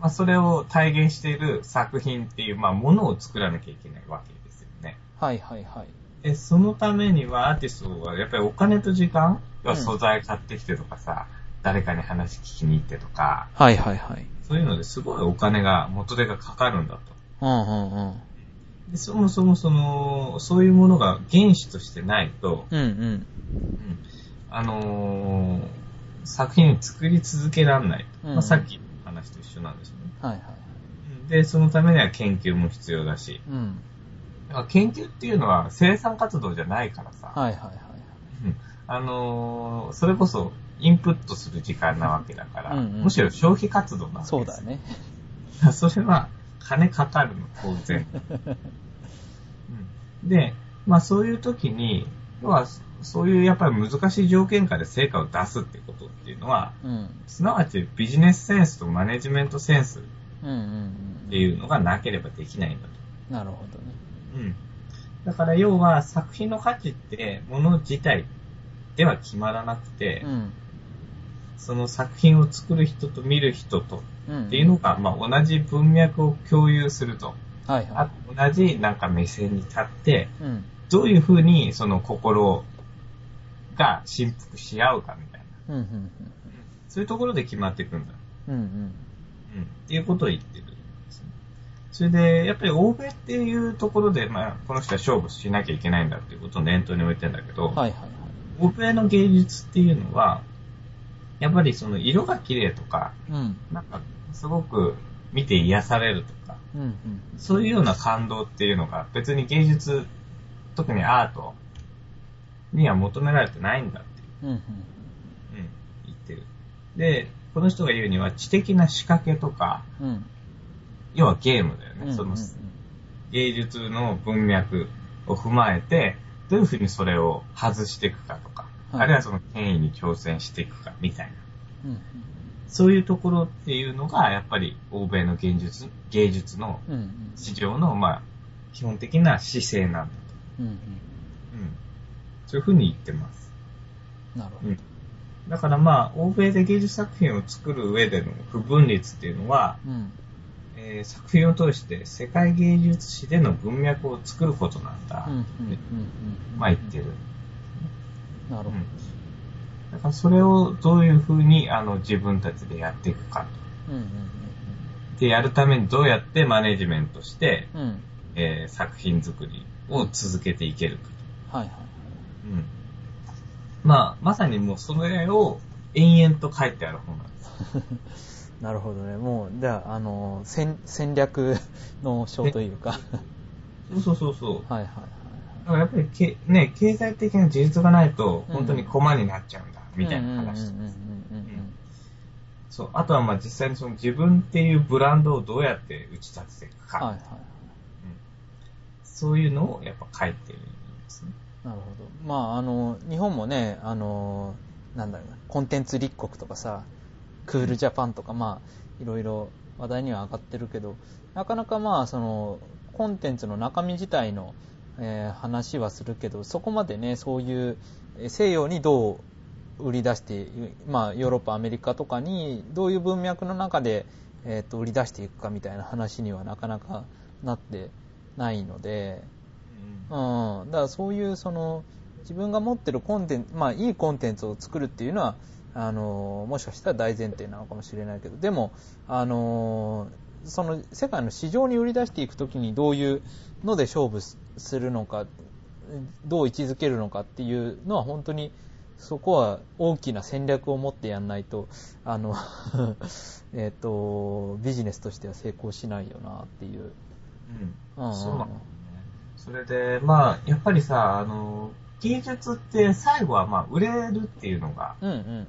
S2: まあそれを体現している作品っていう、まあものを作らなきゃいけないわけですよね。
S1: はいはいはい
S2: で、そのためにはアーティストはやっぱりお金と時間、要は素材買ってきてとかさ、誰かに話聞きに行ってとか、
S1: はいはいはい
S2: そういうのですごいお金が、元手がかかるんだと。
S1: うんうんうん
S2: でそもそもその、そういうものが原資としてないと、
S1: うんうん
S2: うんあのー作品を作り続けられない。
S1: うん
S2: まあ、さっきの話と一緒なんですよね。
S1: はいはいはい
S2: で、そのためには研究も必要だし、
S1: うん
S2: だから研究っていうのは生産活動じゃないからさ、
S1: はいはいはい
S2: うんあのーそれこそインプットする時間なわけだから、
S1: うんうん
S2: むしろ消費活動なわけです
S1: そうだね
S2: それは金かかるの、当然。 うんで、まあそういう時に、要はそういうやっぱり難しい条件下で成果を出すってことっていうのは、
S1: うん
S2: すなわちビジネスセンスとマネジメントセンスっ
S1: うんうん
S2: て
S1: うん
S2: いうのがなければできないんだと。
S1: なるほどね
S2: うん。だから要は作品の価値ってもの自体では決まらなくて、
S1: うん
S2: その作品を作る人と見る人と
S1: うん
S2: っていうのが、まあ同じ文脈を共有すると。
S1: はいは
S2: あ
S1: い。
S2: 同じなんか目線に立って、
S1: うん。
S2: どういうふうにその心をか、振幅し合うかみたいな。
S1: うんうん
S2: そういうところで決まっていくんだ。
S1: うんうん
S2: うん。っていうことを言ってるんですね。それで、やっぱり欧米っていうところで、まあ、この人は勝負しなきゃいけないんだっていうことを念頭に置いてんだけど、
S1: うん。はいはいはい。
S2: 欧米の芸術っていうのは、やっぱりその色が綺麗とか、
S1: うん
S2: なんか、すごく見て癒されるとか、
S1: うんうん。
S2: そういうような感動っていうのが別に芸術、特にアートには求められてないんだって
S1: うんうん。
S2: いう、うん、言ってる。で、この人が言うには知的な仕掛けとか、
S1: うん
S2: 要はゲームだよ
S1: う
S2: ね。
S1: んうん。
S2: その芸術の文脈を踏まえて、どういうふうにそれを外していくかとか、
S1: はい
S2: あるいはその権威に挑戦していくかみたいな。
S1: うん
S2: そういうところっていうのが、やっぱり欧米の芸術、芸術の
S1: うんうん。
S2: 市場の、まあ、基本的な姿勢なんだと。
S1: うんうん。
S2: うん。そういうふうに言ってます。
S1: なるほ
S2: う
S1: ど。
S2: ん。だからまあ、欧米で芸術作品を作る上での不分率っていうのは、
S1: うん。
S2: えー作品を通して世界芸術史での文脈を作ることなんだ。
S1: うんうんうんうん。
S2: まあ言ってる。
S1: なるほど。
S2: だからそれをどういうふうにあの自分たちでやっていくか
S1: うんうん
S2: と。で、やるためにどうやってマネジメントして、
S1: うんうん。うん。
S2: えー作品作りを続けていけるかと。
S1: はいはい。
S2: うん。まあ、まさにもうそれを延々と書いてある本なんです。
S1: なるほどね。もう、じゃあ、あの、戦戦略の章というか。
S2: そうそうそうそ う。
S1: はいはいはい。
S2: だからやっぱりけ、ね、経済的な事実がないと、
S1: うん
S2: 本当に駒になっちゃうんだ、みたいな話。
S1: うんうんうんうん
S2: そう。あとはまあ実際にその自分っていうブランドをどうやって打ち立てていく
S1: う
S2: か。
S1: ん。はいはい。
S2: そういうのをやっぱ書いてるんですね。
S1: なるほど。まあ、あの、日本もね、あの、なんだろうな、コンテンツ立国とかさ、クールジャパンとか、まあ、いろいろ話題には上がってるけど、なかなかまあ、その、コンテンツの中身自体の、えー話はするけど、そこまでね、そういう、えー西洋にどう売り出して、まあ、ヨーロッパ、アメリカとかに、どういう文脈の中で、えーと、売り出していくかみたいな話にはなかなかなってないので、うん、だからそういうその自分が持ってるコンテンツ、まあ、いいコンテンツを作るっていうのはあのもしかしたら大前提なのかもしれないけどでもあのその世界の市場に売り出していくときにどういうので勝負すするのかどう位置づけるのかっていうのは本当にそこは大きな戦略を持ってやんないとあの えっとビジネスとしては成功しないよなっていう。
S2: うん。
S1: うん
S2: そうなんだよね。それで、まあ、やっぱりさ、あの、芸術って最後はまあ、売れるっていうのが、
S1: うんうん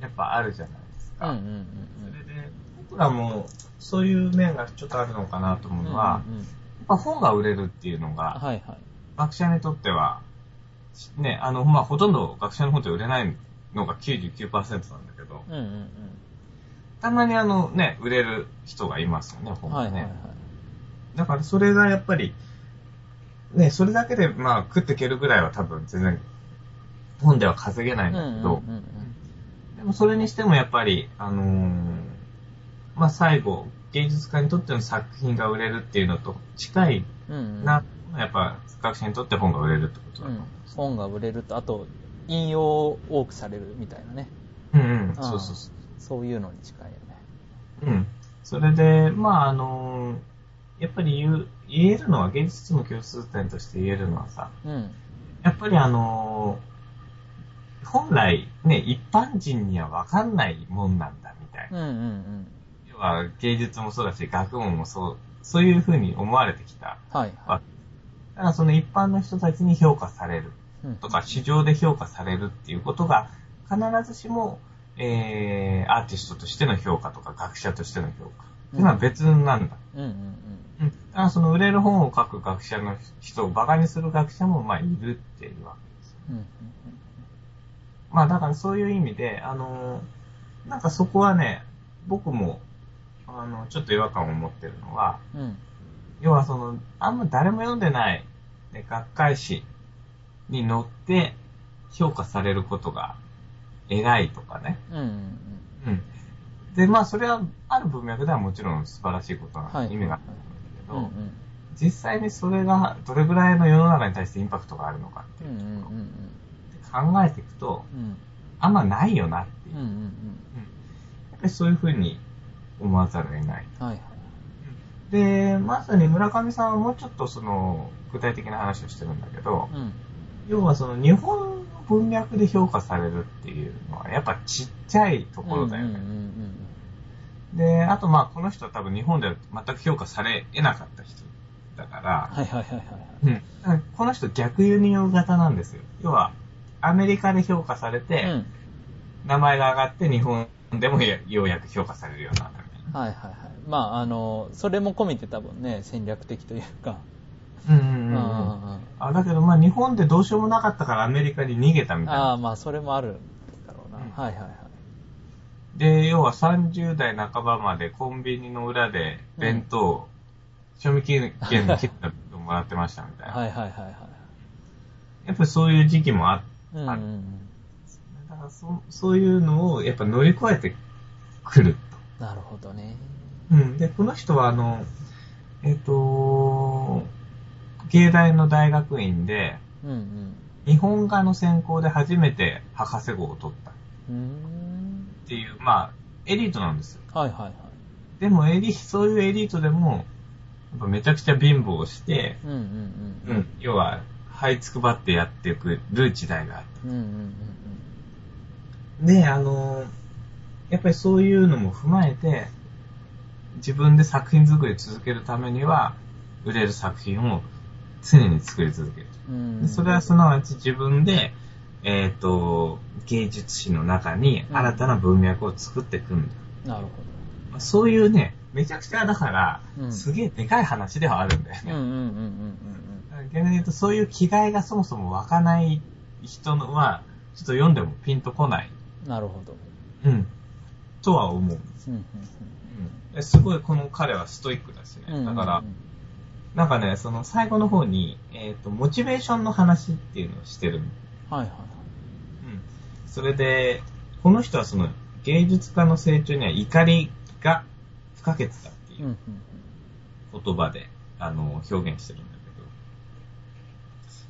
S2: やっぱあるじゃないです
S1: うん
S2: か。
S1: うんうん
S2: そ
S1: うん
S2: れで、僕らも、そういう面がちょっとあるのかなと思うのは、
S1: うんうんうん
S2: やっぱ本が売れるっていうのが、
S1: はいはい。
S2: 学者にとっては、ね、あの、まあ、ほとんど学者の本って売れないのが99%なんだけど、
S1: うんうん
S2: たまにあの、ね、売れる人がいますよね、
S1: うん。
S2: 本
S1: はい
S2: が
S1: はい
S2: ね。
S1: はい。
S2: だからそれがやっぱり、ね、それだけでまあ食っていけるぐらいは多分全然本では稼げないんだけど、
S1: うんうん
S2: でもそれにしてもやっぱり、あのーまあ最後、芸術家にとっての作品が売れるっていうのと近い
S1: うんうん
S2: な、やっぱ学者にとって本が売れるってことだ
S1: う
S2: と
S1: ん
S2: 思、
S1: 本が売れると、あと、引用を多くされるみたいなね。
S2: う。うんうん、
S1: ん
S2: そうそうそ
S1: そういうのに近いよね。
S2: う。うん。それで、まああのーやっぱり言う、言えるのは、芸術の共通点として言えるのはさ、
S1: うん。
S2: やっぱりあのー本来ね、一般人には分かんないもんなんだみたいな。
S1: うんうんうん。
S2: 要は芸術もそうだし、学問もそう、そういうふうに思われてきた。
S1: はいは
S2: あだからその一般の人たちに評価される
S1: い。うん
S2: とか、市場で評価されるっていうことが、必ずしも、えー、アーティストとしての評価とか、学者としての評価。っていうのは別なんだ。
S1: うんうん
S2: うん。だからその売れる本を書く学者の人を馬鹿にする学者も、まあ、いるっていうわけです。
S1: うん。うん
S2: まあだからそういう意味で、あのーなんかそこはね、僕も、あの、ちょっと違和感を持ってるのは、
S1: うんうん。
S2: 要はその、あんま誰も読んでない、ね、学会誌に載って評価されることが偉いとかね。
S1: うんうんうん。
S2: うん。で、まあそれはある文脈ではもちろん素晴らしいことな
S1: は
S2: ん
S1: い
S2: で意味があるんだけど、
S1: うんうん。
S2: 実際にそれがどれぐらいの世の中に対してインパクトがあるのかって
S1: う
S2: い
S1: んうん
S2: うところ
S1: うん
S2: 考えていくと、
S1: うん。
S2: あんまないよなっていうう。
S1: んう
S2: や
S1: ん
S2: っぱりそういうふうに思わざるを得ない。
S1: うん。はいはい。
S2: で、まさに村上さんはもうちょっとその、具体的な話をしてるんだけど、
S1: うん。
S2: 要はその日本の文脈で評価されるっていうのは、やっぱちっちゃいところだよね。
S1: うんうんうん
S2: で、あとまあこの人は多分日本では全く評価され得なかった人だから、
S1: はいはいはいはい。
S2: うん、この人逆輸入型なんですよ。要は、アメリカで評価されて、
S1: うん。
S2: 名前が上がって日本でもやようやく評価されるようになったみたい
S1: はいはいはい。まあ、あの、それも込みて多分ね、戦略的というか。
S2: な。うん
S1: う
S2: うん
S1: んう
S2: うん
S1: うん
S2: うん。
S1: ん。
S2: あだけどまあ日本でどうしようもなかったからアメリカに逃げたみたい
S1: ああ、
S2: な。
S1: まあ、それもあるだろうな。
S2: うん
S1: はいはいはい。
S2: で、要は30代半ばまでコンビニの裏で弁当、賞味期限の切った弁当もらってましたみたいな。
S1: はいはいはいはい。
S2: やっぱりそういう時期もあって、
S1: うんうんうん。
S2: だからそそういうのをやっぱ乗り越えてくる
S1: なるほどね。
S2: と。うん。で、この人はあの、えっ、と、芸大の大学院で、
S1: うんうん。
S2: 日本画の専攻で初めて博士号を取ったっ
S1: うーん。
S2: ていう、まあ、エリートなんですよ。
S1: はいはいはい。
S2: でもエリ、そういうエリートでも、やっぱめちゃくちゃ貧乏をして、
S1: うんうんう。
S2: うんん、要は、這いつくばってやっていくる時代があっ
S1: うんうん
S2: た。で、あのーやっぱりそういうのも踏まえて、自分で作品作り続けるためには、売れる作品を常に作り続ける。
S1: うんうん。う
S2: で
S1: ん。
S2: それはすなわち自分で、えっ、と、芸術史の中に新たな文脈を作っていくんだ。
S1: なるほ
S2: まあそういうね、めちゃくちゃだから、
S1: うん
S2: すげえでかい話ではあるんだよ
S1: ど。うんう
S2: ね。
S1: んうんうん
S2: 逆に言うと、そういう気概がそもそも湧かない人のは、ちょっと読んでもピンとこない。
S1: うんうん。なるほど。
S2: うん。とは思う。
S1: うんうん
S2: ですごいこの彼はストイックだし
S1: うんうんう
S2: ね。
S1: ん。
S2: だから、なんかね、その最後の方に、えっ、と、モチベーションの話っていうのをしてるの。
S1: はいはいはい。
S2: うん。それで、この人はその芸術家の成長には怒りが不可欠だっていううん
S1: うん
S2: 言葉で、あの、表現してるんだけど。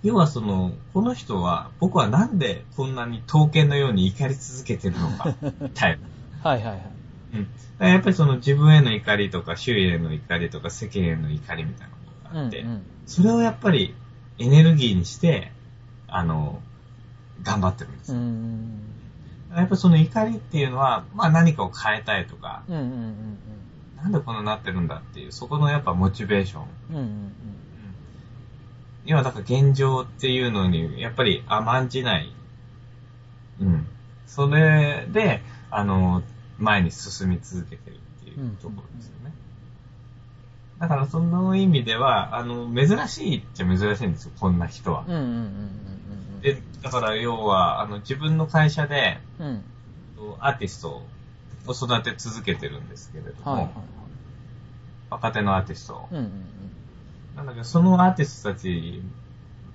S2: 要はその、この人は、僕はなんでこんなに刀剣のように怒り続けてるの か、みたいな。
S1: うん。はいはいはい。
S2: うん。だからやっぱりその自分への怒りとか、周囲への怒りとか、世間への怒りみたいなことがあって、
S1: うんうん
S2: それをやっぱりエネルギーにして、あの、頑張ってるんです
S1: う
S2: よ。
S1: ん
S2: やっぱりその怒りっていうのは、まあ何かを変えたいとか、
S1: うんうんうん
S2: なんでこんなになってるんだっていう、そこのやっぱモチベーション。
S1: うんうんうんうん
S2: 今だから現状っていうのに、やっぱり甘んじない。うん。それで、あの、前に進み続けてるっていうところですよね。だからその意味では、あの、珍しいっちゃ珍しいんですよ、こんな人は
S1: うんうんうん。うんうん
S2: で、だから要は、あの、自分の会社で、
S1: うんうん
S2: アーティストを育て続けてるんですけれども、
S1: はいはいは
S2: 若手のアーティストを
S1: いうんうん
S2: なんだけど、そのアーティストたち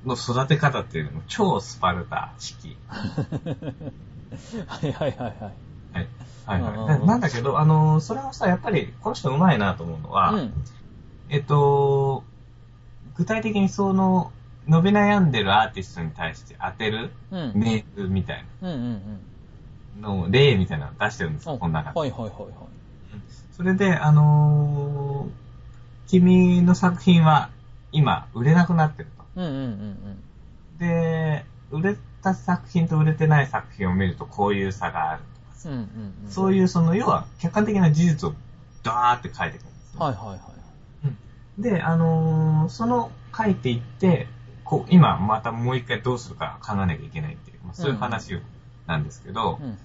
S2: の育て方っていうのも超スパルタ式。
S1: うんはいはいはいはい
S2: はい。はいはい
S1: うんうんうん
S2: な。なんだけど、あのー、それをさ、やっぱり、この人うまいなと思うのは、
S1: うん
S2: えっと、具体的にその、伸び悩んでるアーティストに対して当てる
S1: うん
S2: メールみたい
S1: うんうんうん
S2: なのを、例みたいなのを出してるんです
S1: お
S2: よ、この中で。
S1: はいはいはいはい
S2: それで、あのー君の作品は今売れなくなってると。
S1: うんうんうん
S2: で、売れた作品と売れてない作品を見るとこういう差があるとかさ、
S1: うんうんうんうん
S2: そういうその、要は客観的な事実をダーって書いていくんですよ。
S1: はいはいはい
S2: で、あのーその書いていって、こう、今またもう一回どうするか考えなきゃいけないっていう、まあ、そういう話を、なんですけど、
S1: うん
S2: い
S1: うん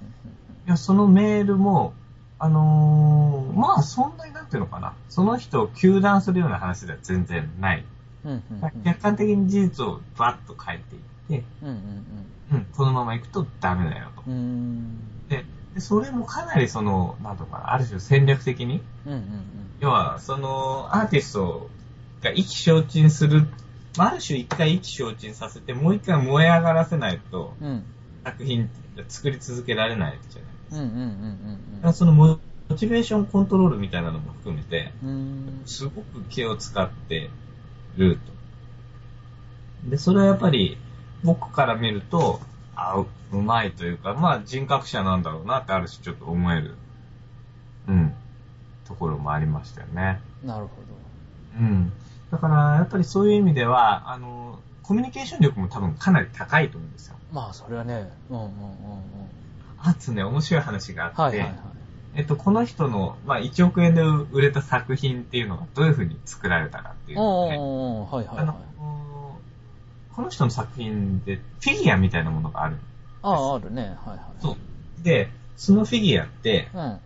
S2: や、そのメールも、あのーまあそんなになっていうのかな。その人を糾弾するような話では全然ない。
S1: うんうんうん
S2: 客観的に事実をバッと書いていって、
S1: うんうん
S2: うん、このまま行くとダメだよと。
S1: うんうーん
S2: で、でそれもかなりその、なんとかな、ある種戦略的に、
S1: うんうん
S2: 要は、その、アーティストが意気消沈する、まあある種一回意気消沈させて、もう一回燃え上がらせないと、
S1: うんうん
S2: 作品作り続けられないじゃないで
S1: うん
S2: す
S1: うんうん
S2: か。だからそのモモチベーションコントロールみたいなのも含めて、
S1: うんうんうーん
S2: すごく気を使ってると。で、それはやっぱり僕から見ると、あう、うまいというか、まあ人格者なんだろうなってある種ちょっと思える、うん、ところもありましたよね。
S1: なるほ
S2: うん。だから、やっぱりそういう意味では、あの、コミュニケーション力も多分かなり高いと思うんですよ。
S1: ど。まあ、それはね、うんうんうんうん。
S2: あとね、面白い話があっ
S1: は
S2: て、
S1: いはいはい。
S2: えっと、この人の、まあ、1億円で売れた作品っていうのがどういうふうに作られたかっていうの
S1: お
S2: をね、
S1: ーおーおーはいはい
S2: あ
S1: はい
S2: の。、この人の作品でフィギュアみたいなものがある。
S1: ああ、あるね。はいはい。
S2: そう。で、そのフィギュアって、
S1: うん。はい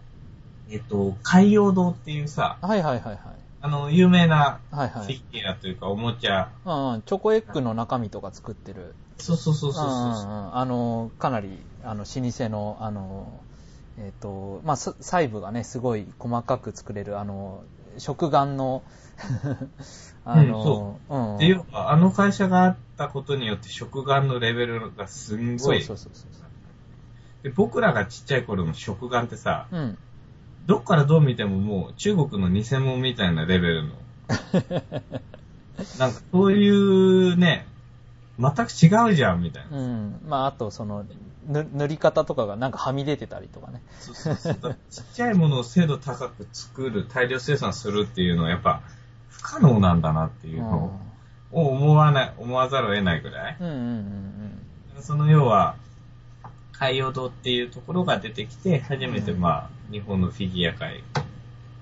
S2: えっと、海洋堂っていうさ、
S1: はいはいはい。
S2: あの、有名な
S1: はい
S2: フ
S1: はい
S2: ィ。ギュアというかおもちゃ、
S1: うんうん、チョコエッグの中身とか作ってる。
S2: そうそうそうそう
S1: うんうん
S2: そう。
S1: うんあの、かなり、あの、老舗の、あの、えっ、と、まあ、す細部がね、すごい細かく作れる、あの、食玩の、 あの、うん、
S2: っていうか、あの会社があったことによって食玩のレベルがすんごい。
S1: そうそうそうそ
S2: で僕らがちっちゃい頃の食玩ってさ、
S1: う。うん。
S2: どっからどう見てももう中国の偽物みたいなレベルの。なんかそういうね、全く違うじゃんみたいな。
S1: うん。まあ、あと、その、ぬ塗り方とかがなんかはみ出てたりとかね。
S2: そうそうそうだからちっちゃいものを精度高く作る、大量生産するっていうのはやっぱ不可能なんだなっていうのを思わない、思わざるを得ないぐらい。
S1: うんうんうん
S2: その要は、海洋堂っていうところが出てきて、初めてまあ、日本のフィギュア界、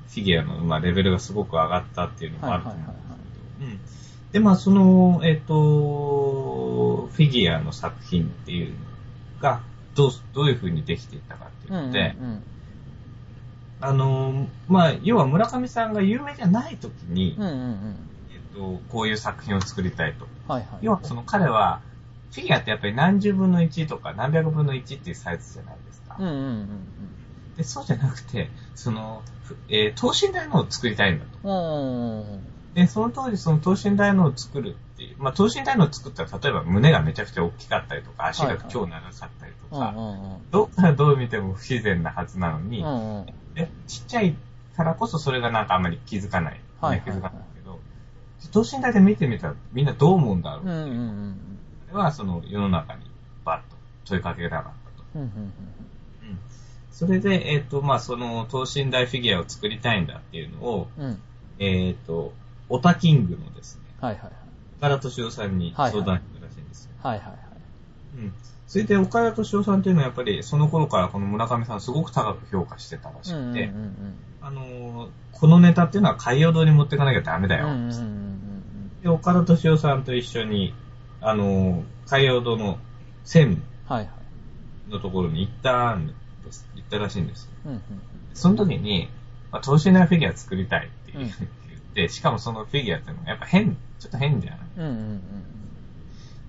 S2: フィギュアのまあレベルがすごく上がったっていう
S1: う
S2: の
S1: ん。
S2: も
S1: は
S2: あ
S1: い
S2: ると
S1: はい
S2: 思
S1: は
S2: う
S1: いはい。
S2: うんで、まあ、その、えっ、と、フィギュアの作品っていうのが、どう、どういう風にできていったかっていうので、
S1: うん
S2: あの、まあ、要は村上さんが有名じゃない時に、
S1: うんうん。うんうんうん。
S2: えっ、と、こういう作品を作りたいと。
S1: はいはい。
S2: 要は、その彼は、フィギュアってやっぱり何十分の1とか何百分の1っていうサイズじゃないですか。
S1: うんうんうん
S2: で、そうじゃなくて、その、ふえー等身大のを作りたいんだと。
S1: うん。おー。
S2: で、その当時その等身大のを作るっていう、まあ等身大のを作ったら例えば胸がめちゃくちゃ大きかったりとか、足
S1: は
S2: が
S1: いはい
S2: 超長かったりと
S1: う
S2: か、
S1: んうんうん。
S2: どっからどう見ても不自然なはずなのに、
S1: うんうん。
S2: でちっちゃいからこそそれがなんかあんまり気づかない。ね
S1: はいはいはい
S2: 気づかないけど、等身大で見てみたらみんなどう思うんだろう。
S1: うんうんうん
S2: それはその世の中にバッと問いかけなかったと。
S1: うんうんうん
S2: うんそれで、えっ、と、まあ、その、等身大フィギュアを作りたいんだっていうのを、
S1: うんうん
S2: えっ、と、オタキングのですね、
S1: はいはい
S2: 岡田敏夫さんに相談したらしいんですよ。
S1: はいはいはい
S2: うん。それで岡田敏夫さんっていうのはやっぱりその頃からこの村上さんをすごく高く評価してたらし
S1: う
S2: く
S1: んうん
S2: て、
S1: うん
S2: あのーこのネタっていうのは海洋堂に持っていかなきゃダメだ
S1: う
S2: よ。
S1: んうんうんうん
S2: で、岡田敏夫さんと一緒に、あのー海洋堂の専
S1: はいはい
S2: 務のところに行ったんです、行ったらしいんです。
S1: うんうん
S2: その時に、まあ、等身大フィギュア作りたいっていう
S1: うん
S2: 言って、しかもそのフィギュアっていうのがやっぱ変、ちょっと変じゃない
S1: うんうんうん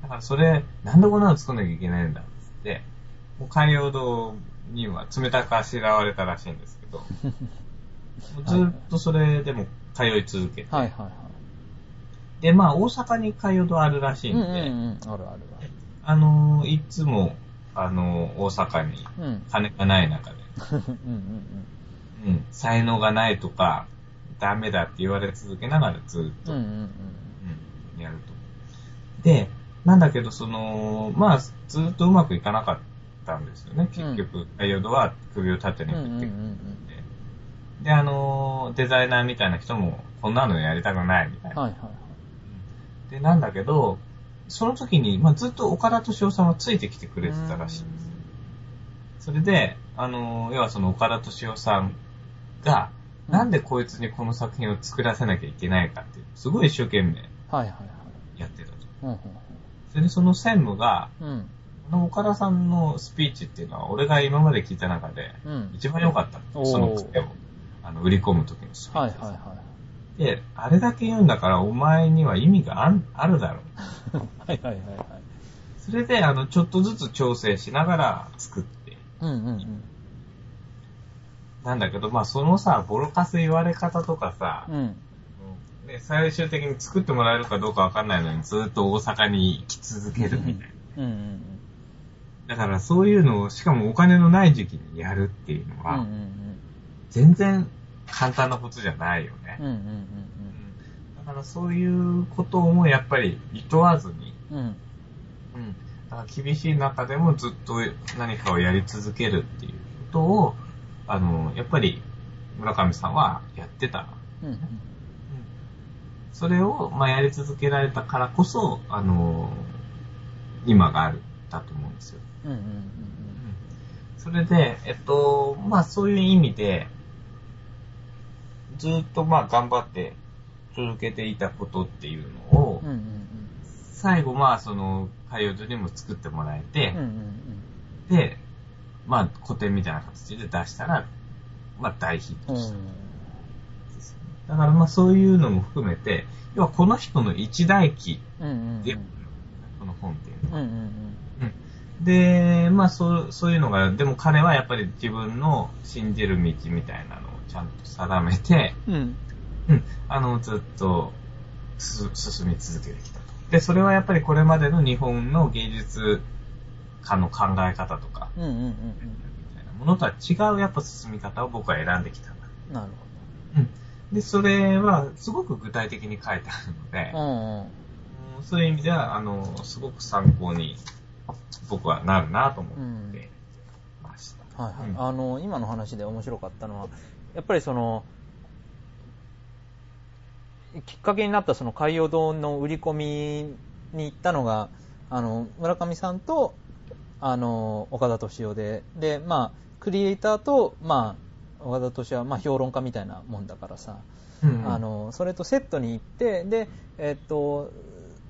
S2: だからそれ、なんでこんなの作んなきゃいけないんだっつって、もう海洋堂には冷たくあしらわれたらしいんですけど、もうずっとそれでも通い続けて、
S1: はいはいは
S2: で、まあ大阪に海洋堂あるらし
S1: い
S2: いん
S1: う
S2: で、
S1: んうんうんあるある
S2: あのーいつも、あのー大阪に
S1: あるうん
S2: 金がない中で、
S1: うん
S2: うん、才能がないとか、ダメだって言われ続けながらずっ
S1: うんうんう
S2: と、
S1: んうん
S2: うん、やると。で、なんだけど、その、まあ、ずっとうまくいかなかったんですよね。結局、ダイオードは首を縦に
S1: うんうん
S2: 振
S1: うん
S2: っ
S1: うんう
S2: て
S1: ん
S2: くで。で、あのー、デザイナーみたいな人も、こんなのやりたくないみたいな。
S1: はいはいはい
S2: で、なんだけど、その時に、まあ、ずっと岡田敏夫さんはついてきてくれてたらしいんですよ。それで、あのー、要はその岡田敏夫さんが、
S1: うん
S2: なんでこいつにこの作品を作らせなきゃいけないかっていう、すごい一生懸命
S1: はいはいはい
S2: やってたと。
S1: うん
S2: それでその専務が、
S1: うんうん
S2: この岡田さんのスピーチっていうのは、俺が今まで聞いた中で、
S1: うん
S2: 一番良かった
S1: おー
S2: の。その癖を、あの、売り込む時のスピ
S1: はい
S2: ー
S1: は
S2: チ
S1: い
S2: です。
S1: は
S2: で、あれだけ言うんだから、お前には意味があんあるだろう。
S1: いはいはいはいはい
S2: それで、あの、ちょっとずつ調整しながら作って、
S1: うんうんうん
S2: なんだけど、まあ、そのさ、ボロカス言われ方とかさ、
S1: うん
S2: ね、最終的に作ってもらえるかどうかわかんないのに、ずっと大阪に行き続けるみたいな。
S1: うんうん
S2: だから、そういうのを、しかもお金のない時期にやるっていうの
S1: うんう
S2: は、
S1: んうん
S2: 全然簡単なことじゃないよね
S1: うん。うん
S2: だからそういうこともやっぱり厭わずに、
S1: うんうん
S2: うん、だから厳しい中でもずっと何かをやり続けるっていうことを、あの、やっぱり村上さんはやってた。
S1: うんうん
S2: それを、まあ、やり続けられたからこそ、あの、今がある、だと思うんですよ。
S1: うんうんうん
S2: それで、えっと、まあそういう意味で、ずっとまあ頑張って続けていたことっていうのを、
S1: うんうんうん
S2: 最後まあその、海洋図にも作ってもらえて
S1: うんう、ん
S2: で、まあ古典みたいな形で出したら、まあ大ヒッ
S1: うんう
S2: ト
S1: ん
S2: した。だからまあそういうのも含めて、要はこの人の一代記
S1: うんうんうん
S2: で、この本っていうのは
S1: うんうん
S2: で、まあそう、そういうのが、でも彼はやっぱり自分の信じる道みたいなのをちゃんと定めて、
S1: うんうん
S2: うん、あの、ずっとす進み続けてきたと。で、それはやっぱりこれまでの日本の芸術家の考え方とか、
S1: うんうんうん
S2: みたいなものとは違うやっぱ進み方を僕は選んできたんだ。
S1: うんなる
S2: うん。で、それはすごく具体的に書いてあるので、
S1: ほどうんうん
S2: うんそういう意味では、あの、すごく参考に僕はなるなと思ってました。
S1: はいはい、
S2: うん
S1: あの今の話で面白かったのはやっぱりそのきっかけになったその海洋堂の売り込みに行ったのがあの村上さんとあの岡田敏夫でで、まあ、クリエイターと、まあ、岡田敏夫は、まあ、評論家みたいなもんだからさ、
S2: うん
S1: あ、のそれとセットに行ってで、えっと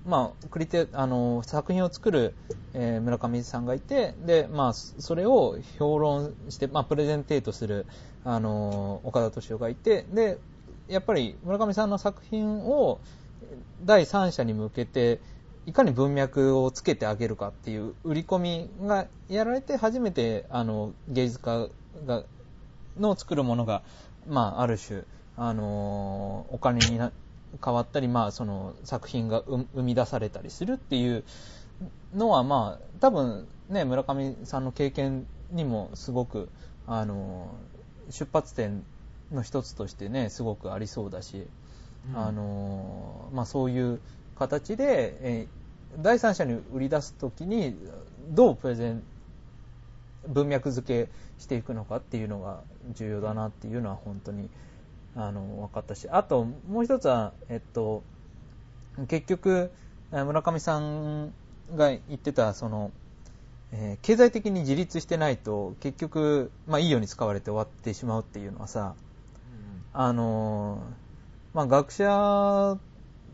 S1: まあ、クリテあの作品を作る、えー村上さんがいてで、まあ、そそれを評論して、まあ、プレゼンテートするあの岡田敏夫がいてでやっぱり村上さんの作品を第三者に向けていかに文脈をつけてあげるかっていう売り込みがやられて初めてあの芸術家がの作るものが、まあ、ある種、あのーお金にな変わったり、まあ、その作品が生生み出されたりするっていうのは、まあ、多分、ね、村上さんの経験にもすごく、あのー出発点の一つとしてねすごくありそうだし、あのーまあ、そういう形で、えー第三者に売り出すときにどうプレゼン文脈付けしていくのかっていうのが重要だなっていうのは本当にあの分かったしあともう一つは、えっと、結局えー村上さんが言ってたその、えー経済的に自立してないと結局、まあ、いいように使われて終わってしまうっていうのはさ、あのーまあ、学者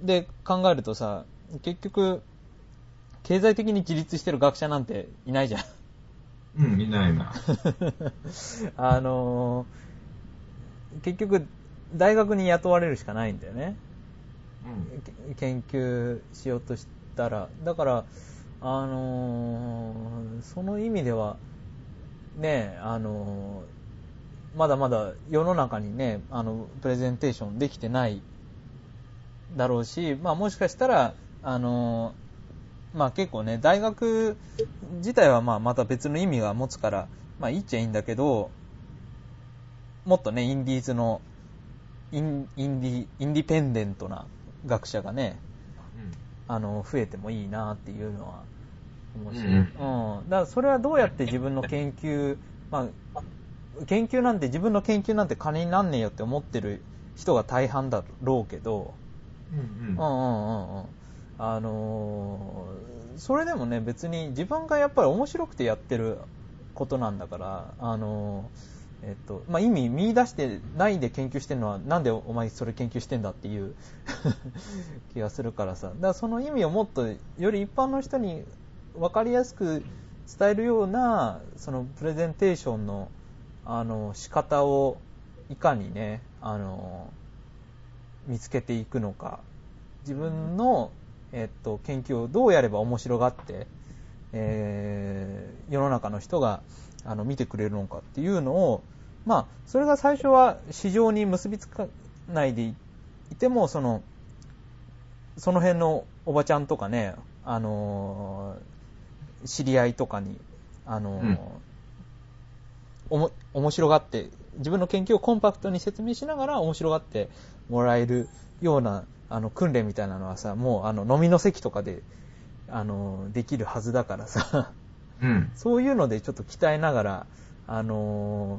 S1: で考えるとさ結局経済的に自立してる学者なんていないじゃん
S2: うん、うん、いないな。
S1: あのー結局大学に雇われるしかないんだよね
S2: う
S1: け
S2: ん、
S1: 研究しようとしたらだからあのーその意味ではねえあのーまだまだ世の中にねあのプレゼンテーションできてないだろうし、まあ、もしかしたらあのーまあ結構ね大学自体はまあまた別の意味が持つからまあいいっちゃいいんだけどもっとねインディーズのインインディインディペンデントな学者がねあの増えてもいいなっていうのは思うし、
S2: う
S1: うんんだからそれはどうやって自分の研究、まあ、研究なんて自分の研究なんて金になんねえよって思ってる人が大半だろうけど、
S2: うん、う
S1: うんうん
S2: ん、うん
S1: うんうんあのーそれでもね別に自分がやっぱり面白くてやってることなんだから、あのーえっとまあ、意味見出してないで研究してるのはなんでお前それ研究してんだっていう 気がするからさだからその意味をもっとより一般の人に分かりやすく伝えるようなそのプレゼンテーションのあの仕方をいかにね、あの見つけていくのか自分の、えっと、研究をどうやれば面白がって、えー世の中の人があの見てくれるのかっていうのを、まあ、それが最初は市場に結びつかないでいてもそのその辺のおばちゃんとかね、あのー知り合いとかに、あのー
S2: うん
S1: おも面白がって自分の研究をコンパクトに説明しながら面白がってもらえるようなあの訓練みたいなのはさもうあの飲みの席とかであの、できるはずだからさ、
S2: うん。
S1: そういうのでちょっと鍛えながら、あの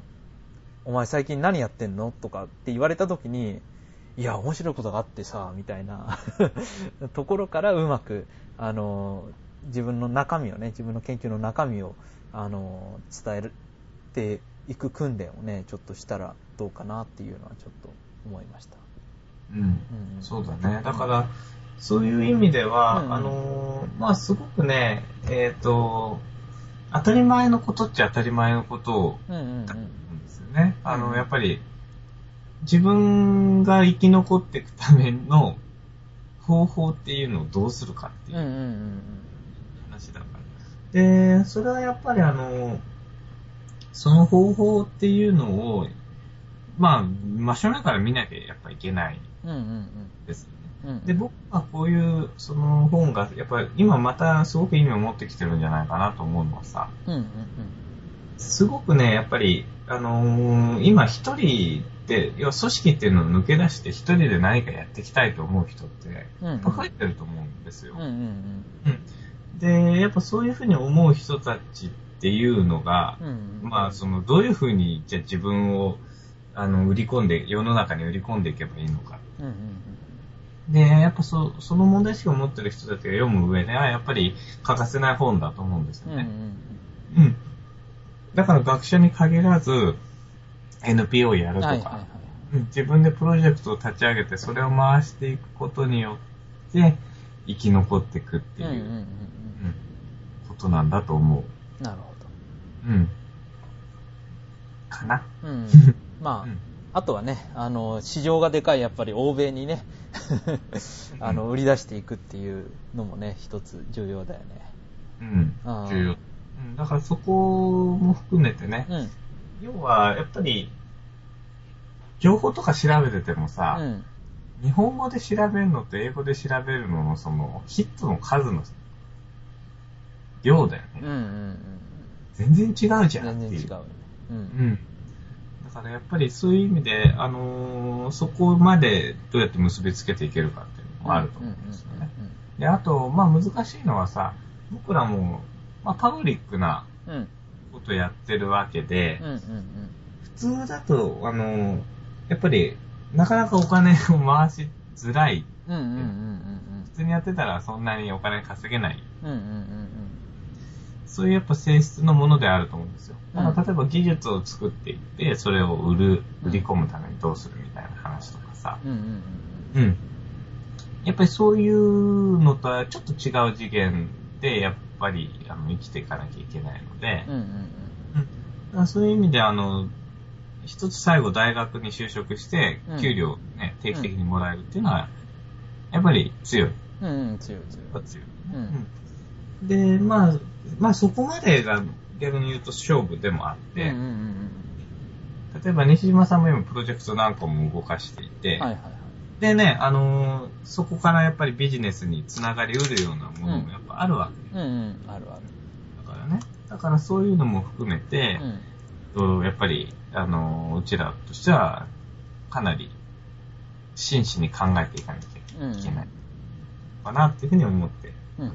S1: ーお前最近何やってんのとかって言われた時に、いや、面白いことがあってさ、みたいな ところからうまく、あのー自分の中身をね、自分の研究の中身を、あのー伝えていく訓練をね、ちょっとしたらどうかなっていうのはちょっと思いました。
S2: うん。
S1: うん
S2: そうだね。だから、そういう意味では、
S1: うん
S2: あのーまあ、すごくね、えっ、と、当たり前のことっちゃ当たり前のことを
S1: うんうんうん。
S2: なんですよね。あ
S1: うん
S2: の、やっぱり、自分が生き残っていくための方法っていうのをどうするかってい
S1: うんうん
S2: う
S1: うん
S2: 話だから。で、それはやっぱりあの、その方法っていうのを、まあ、真正面から見なきゃやっぱいけない
S1: うん。うんうん
S2: ですよね。
S1: うんうん。
S2: で、僕はこういう、その本が、やっぱり今またすごく意味を持ってきてるんじゃないかなと思うのはさ、
S1: うんうん
S2: すごくね、やっぱり、あのー今一人で、要は組織っていうのを抜け出して一人で何かやっていきたいと思う人って、やっ
S1: うん。うんうん
S2: ぱ増えてると思うんですよ。
S1: うんうん
S2: で、やっぱそういうふうに思う人たちっていうのが
S1: う、ん。うんうん。
S2: まあ、その、どういうふうに、じゃあ自分を、あの、売り込んで、世の中に売り込んでいけばいいのか。
S1: うんうんうん。
S2: で、やっぱそその問題意識を持ってる人たちが読む上では、やっぱり欠かせない本だと思うんです
S1: う
S2: よ
S1: んうんう
S2: ね。
S1: ん。
S2: うん。だから学者に限らず、NPO やるとか、
S1: はいはいはい。
S2: うん自分でプロジェクトを立ち上げて、それを回していくことによって、生き残っていくっていう、
S1: うんうんうんう
S2: うん
S1: ん
S2: ことなんだと思う。
S1: なるほ
S2: うん。かな。
S1: ど。うん。まあ、
S2: うん
S1: あとはね、あの、市場がでかい、やっぱり欧米にね、あの、売り出していくっていうのもね、一つ重要だよね。
S2: うん。
S1: あー
S2: 重要。うんだからそこも含めてね、
S1: うん。
S2: 要は、やっぱり、情報とか調べててもさ、
S1: うん。
S2: 日本語で調べるのと英語で調べるのの、その、ヒットの数の量だよね。
S1: うんうんうん。
S2: 全然違うじゃん
S1: 全然
S2: っていう。
S1: 違うよね。うん。
S2: うん。だからやっぱりそういう意味で、あのーそこまでどうやって結びつけていけるかっていうのもあると思うんですよね。で、あと、まあ難しいのはさ、僕らも、まあパブリックな
S1: うん。うん。
S2: ことやってるわけで、
S1: うんうんうん。
S2: 普通だと、あの、やっぱり、なかなかお金を回しづらい。
S1: うんうんうんうん
S2: 普通にやってたらそんなにお金稼げない。
S1: うんうんうんうん
S2: そういうやっぱ性質のものであると思うんですよ。
S1: うん
S2: だから例えば技術を作っていって、それを売る、
S1: うん
S2: 売り込むためにどうするみたいな話とかさ。
S1: うんうんうん
S2: うん。やっぱりそういうのとはちょっと違う次元で、やっぱりあの生きていかなきゃいけないので、
S1: うんうん
S2: だからそういう意味で、あの、一つ最後大学に就職して
S1: うん、
S2: 給料ね、定期的にもらえるっていうのは、やっぱり強い。
S1: うんうんうん強い強い
S2: やっぱ強い。
S1: うん
S2: うんで、まあ、まあそこまでが逆に言うと勝負でもあって、
S1: うんうんうん
S2: 例えば西島さんも今プロジェクト何個も動かしていて、
S1: うんはいはいはい
S2: でね、あのーそこからやっぱりビジネスにつながりうるようなものもやっぱあるわ
S1: うんうんあるあ
S2: けだからね。だからそういうのも含めて
S1: る、うん
S2: うんやっぱり、あの、うちらとしては、かなり、真摯に考えていかなき
S1: うん
S2: ゃいけない。かなっていうふうに思って。
S1: うんうん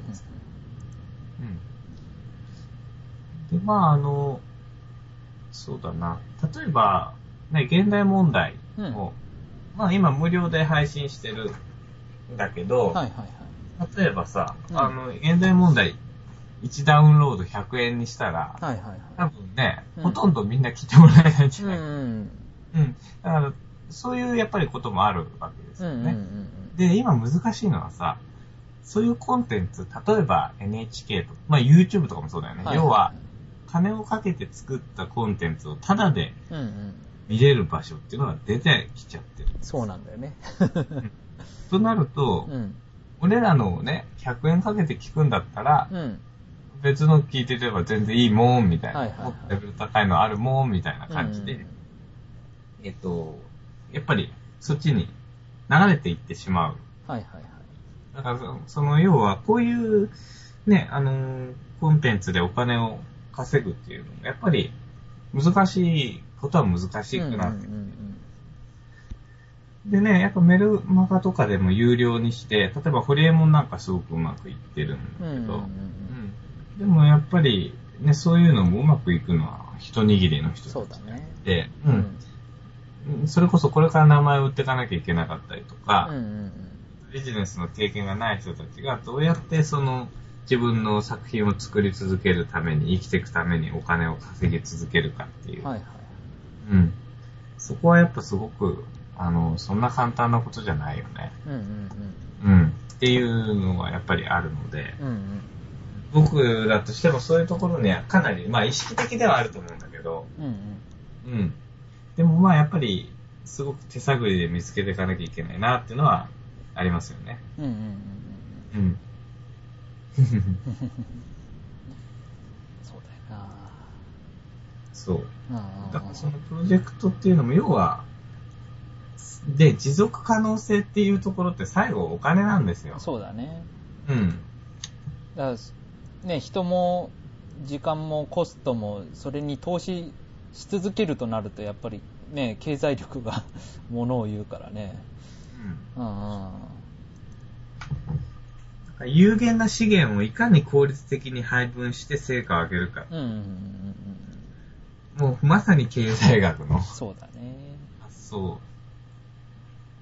S2: うん。で、まあ、あの、そうだな。例えば、ね、現代問題を、まあ今無料で配信してるんだけど、
S1: はいはいはい
S2: 例えばさ、
S1: うん
S2: あの、現代問題、1ダウンロード100円にしたら、
S1: はいはいはい
S2: 多分ね、
S1: うん
S2: ほとんどみんな聞いてもらえないんじ
S1: うん
S2: ゃないかな
S1: うん
S2: うん。だから、そういうやっぱりこともあるわけです
S1: うんう
S2: よ
S1: ん
S2: ね。で、今難しいのはさ、そういうコンテンツ、例えば NHK とか、まあ YouTube とかもそうだよね。
S1: うん
S2: 要は、金をかけて作ったコンテンツをタダで
S1: うんうん
S2: 見れる場所っていうのが出てきちゃってる。
S1: そうなんだよね
S2: となると、
S1: うん
S2: 俺らのをね、100円かけて聞くんだったら、
S1: うん
S2: 別の聞いてれば全然いいもん、みたいな。
S1: はいはいはい
S2: もっとレベル高いのあるもん、みたいな感じで、
S1: うん
S2: えっと、やっぱり、そっちに流れていってしまう。
S1: はいはいはい
S2: だからそ、その要は、こういう、ね、あのーコンテンツでお金を稼ぐっていうのも、やっぱり、難しいことは難しくなって、
S1: うんうんうん
S2: でね、やっぱメルマガとかでも有料にして、例えばホリエモンなんかすごくうまくいってるんだけ
S1: う
S2: ど、
S1: んうんうん
S2: うんでもやっぱり、ね、そういうのもうまくいくのは一握りの人
S1: そう
S2: た
S1: だ
S2: ち
S1: ね。
S2: で、
S1: う
S2: うんうんそれこそこれから名前を売っていかなきゃいけなかったりとか、
S1: うんうん
S2: ビジネスの経験がない人たちがどうやってその自分の作品を作り続けるために、生きていくためにお金を稼ぎ続けるかっていうう。
S1: ん。はいはい。
S2: うん。そこはやっぱすごく、あの、そんな簡単なことじゃないよね。
S1: うんうん
S2: うん。っていうのはやっぱりあるので、
S1: うん。うんうん。
S2: 僕らとしてもそういうところにはかなり、まあ意識的ではあると思うんだけど、
S1: うんうん。
S2: うん。でもまあやっぱり、すごく手探りで見つけていかなきゃいけないなっていうのはありますよね。
S1: うんうんうんうんうん。
S2: うん。
S1: そうだよ
S2: そう。
S1: なああ
S2: だからそのプロジェクトっていうのも、要は、で、持続可能性っていうところって最後お金なんですよ。
S1: そうだね。
S2: うん。
S1: だから、ね、人も、時間もコストも、それに投資し続けるとなると、やっぱりね、経済力が ものを言うからね。うんうん
S2: だから有限な資源をいかに効率的に配分して成果を上げるか。
S1: うんうんうんうん
S2: もうまさに経済学の
S1: うん。そうだね。
S2: 発想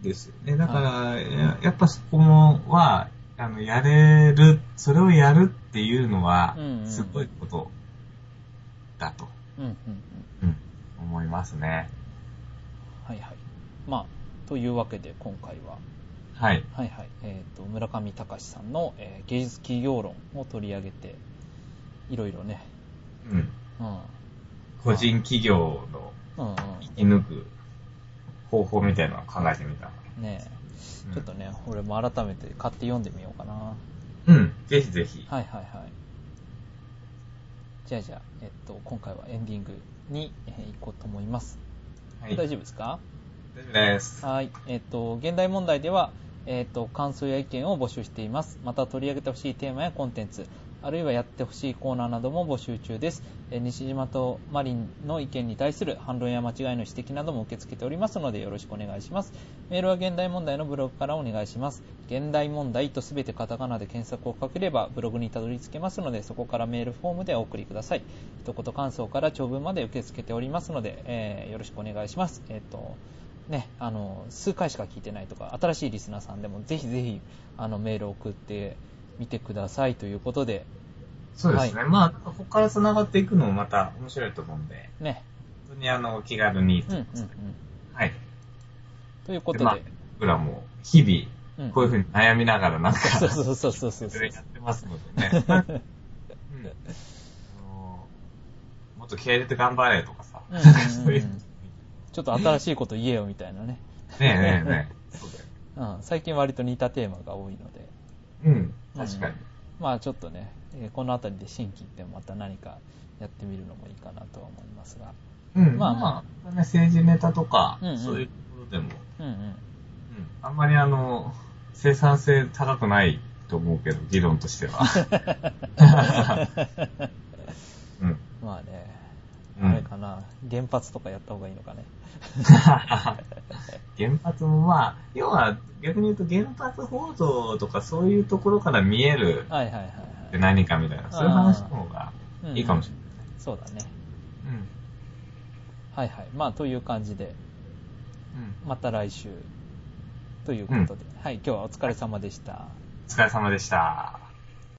S2: ですよね。だから、ややっぱそこもは、あの、やれる、それをやるっていうのは
S1: うんう、ん
S2: すごいことだと、
S1: うんうんうん。
S2: うん思いますね。
S1: はいはい。まあ、というわけで今回は、
S2: はい。
S1: はいはい、えっ、と、村上隆さんの、えー芸術企業論を取り上げて、いろいろね、
S2: うん。
S1: うん、うん
S2: 個人企業の
S1: うん、
S2: 生き抜く方法みたいなのを考えてみた。
S1: ね
S2: うん
S1: え、ちょっとね、俺も改めて買って読んでみようかな。は
S2: うん。ぜひぜひ。
S1: いはいはい。じゃあじゃあ、えっ、と、今回はエンディングに、えー行こうと思います。
S2: はい。
S1: 大
S2: 大丈
S1: 丈夫ですか
S2: 夫です。
S1: はい、えっ、と、現代問題では、えっ、と、感想や意見を募集しています。また取り上げてほしいテーマやコンテンツ、あるいはやってほしいコーナーなども募集中です。えー西島とマリンの意見に対する反論や間違いの指摘なども受け付けておりますので、よろしくお願いします。メールは現代問題のブログからお願いします。現代問題とすべてカタカナで検索をかければ、ブログにたどり着けますので、そこからメールフォームでお送りください。一言感想から長文まで受け付けておりますので、えーよろしくお願いします。えっ、と、ね、あの数回しか聞いてないとか新しいリスナーさんでもぜひぜひあのメールを送ってみてくださいということで、
S2: そうですね。まあ、ここから繋がっていくのもまた面白いと思うんで、
S1: ね
S2: 本当にあの、お気軽に
S1: うんうんうん、
S2: はい。
S1: ということで、
S2: でまあ、僕らも日
S1: う
S2: 々、
S1: ん
S2: こういうふうに悩みながらなんか、
S1: そうそうそうそう そう
S2: い
S1: そ
S2: ろ
S1: う
S2: いろやってますの でね。うんあのもっと気合入れて頑張れとかさ
S1: うんうんうんう。ん
S2: そういう
S1: ちょっと新しいこと言えよみたいなね、
S2: ねえねえねえ。そうだよ。
S1: うん、最近割と似たテーマが多いので
S2: うん。確かに。
S1: まあちょっとね、えーこの辺りで新規ってまた何かやってみるのもいいかなとは思いますが
S2: うん。
S1: まあ
S2: まあ
S1: ま
S2: まあ、ね、政治ネタとか
S1: うんうん、
S2: そういうところでも、
S1: うんうん
S2: うんあんまりあの、生産性高くないと思うけど、議論とし ては。うん。
S1: まあね、
S2: うん
S1: あれかな原発とかやった方がいいのかね
S2: 原発もまあ、要は逆に言うと原発報道とかそういうところから見える
S1: はいはいはい
S2: っ
S1: は
S2: て
S1: い
S2: 何かみたいな、そういう話の方がいいかもしれ
S1: そうだね
S2: ない。うん。
S1: はいはい。まあ、という感じで、
S2: うん。
S1: また来週ということで、はい、今日はお疲れ様でした。
S2: お疲れ様でした。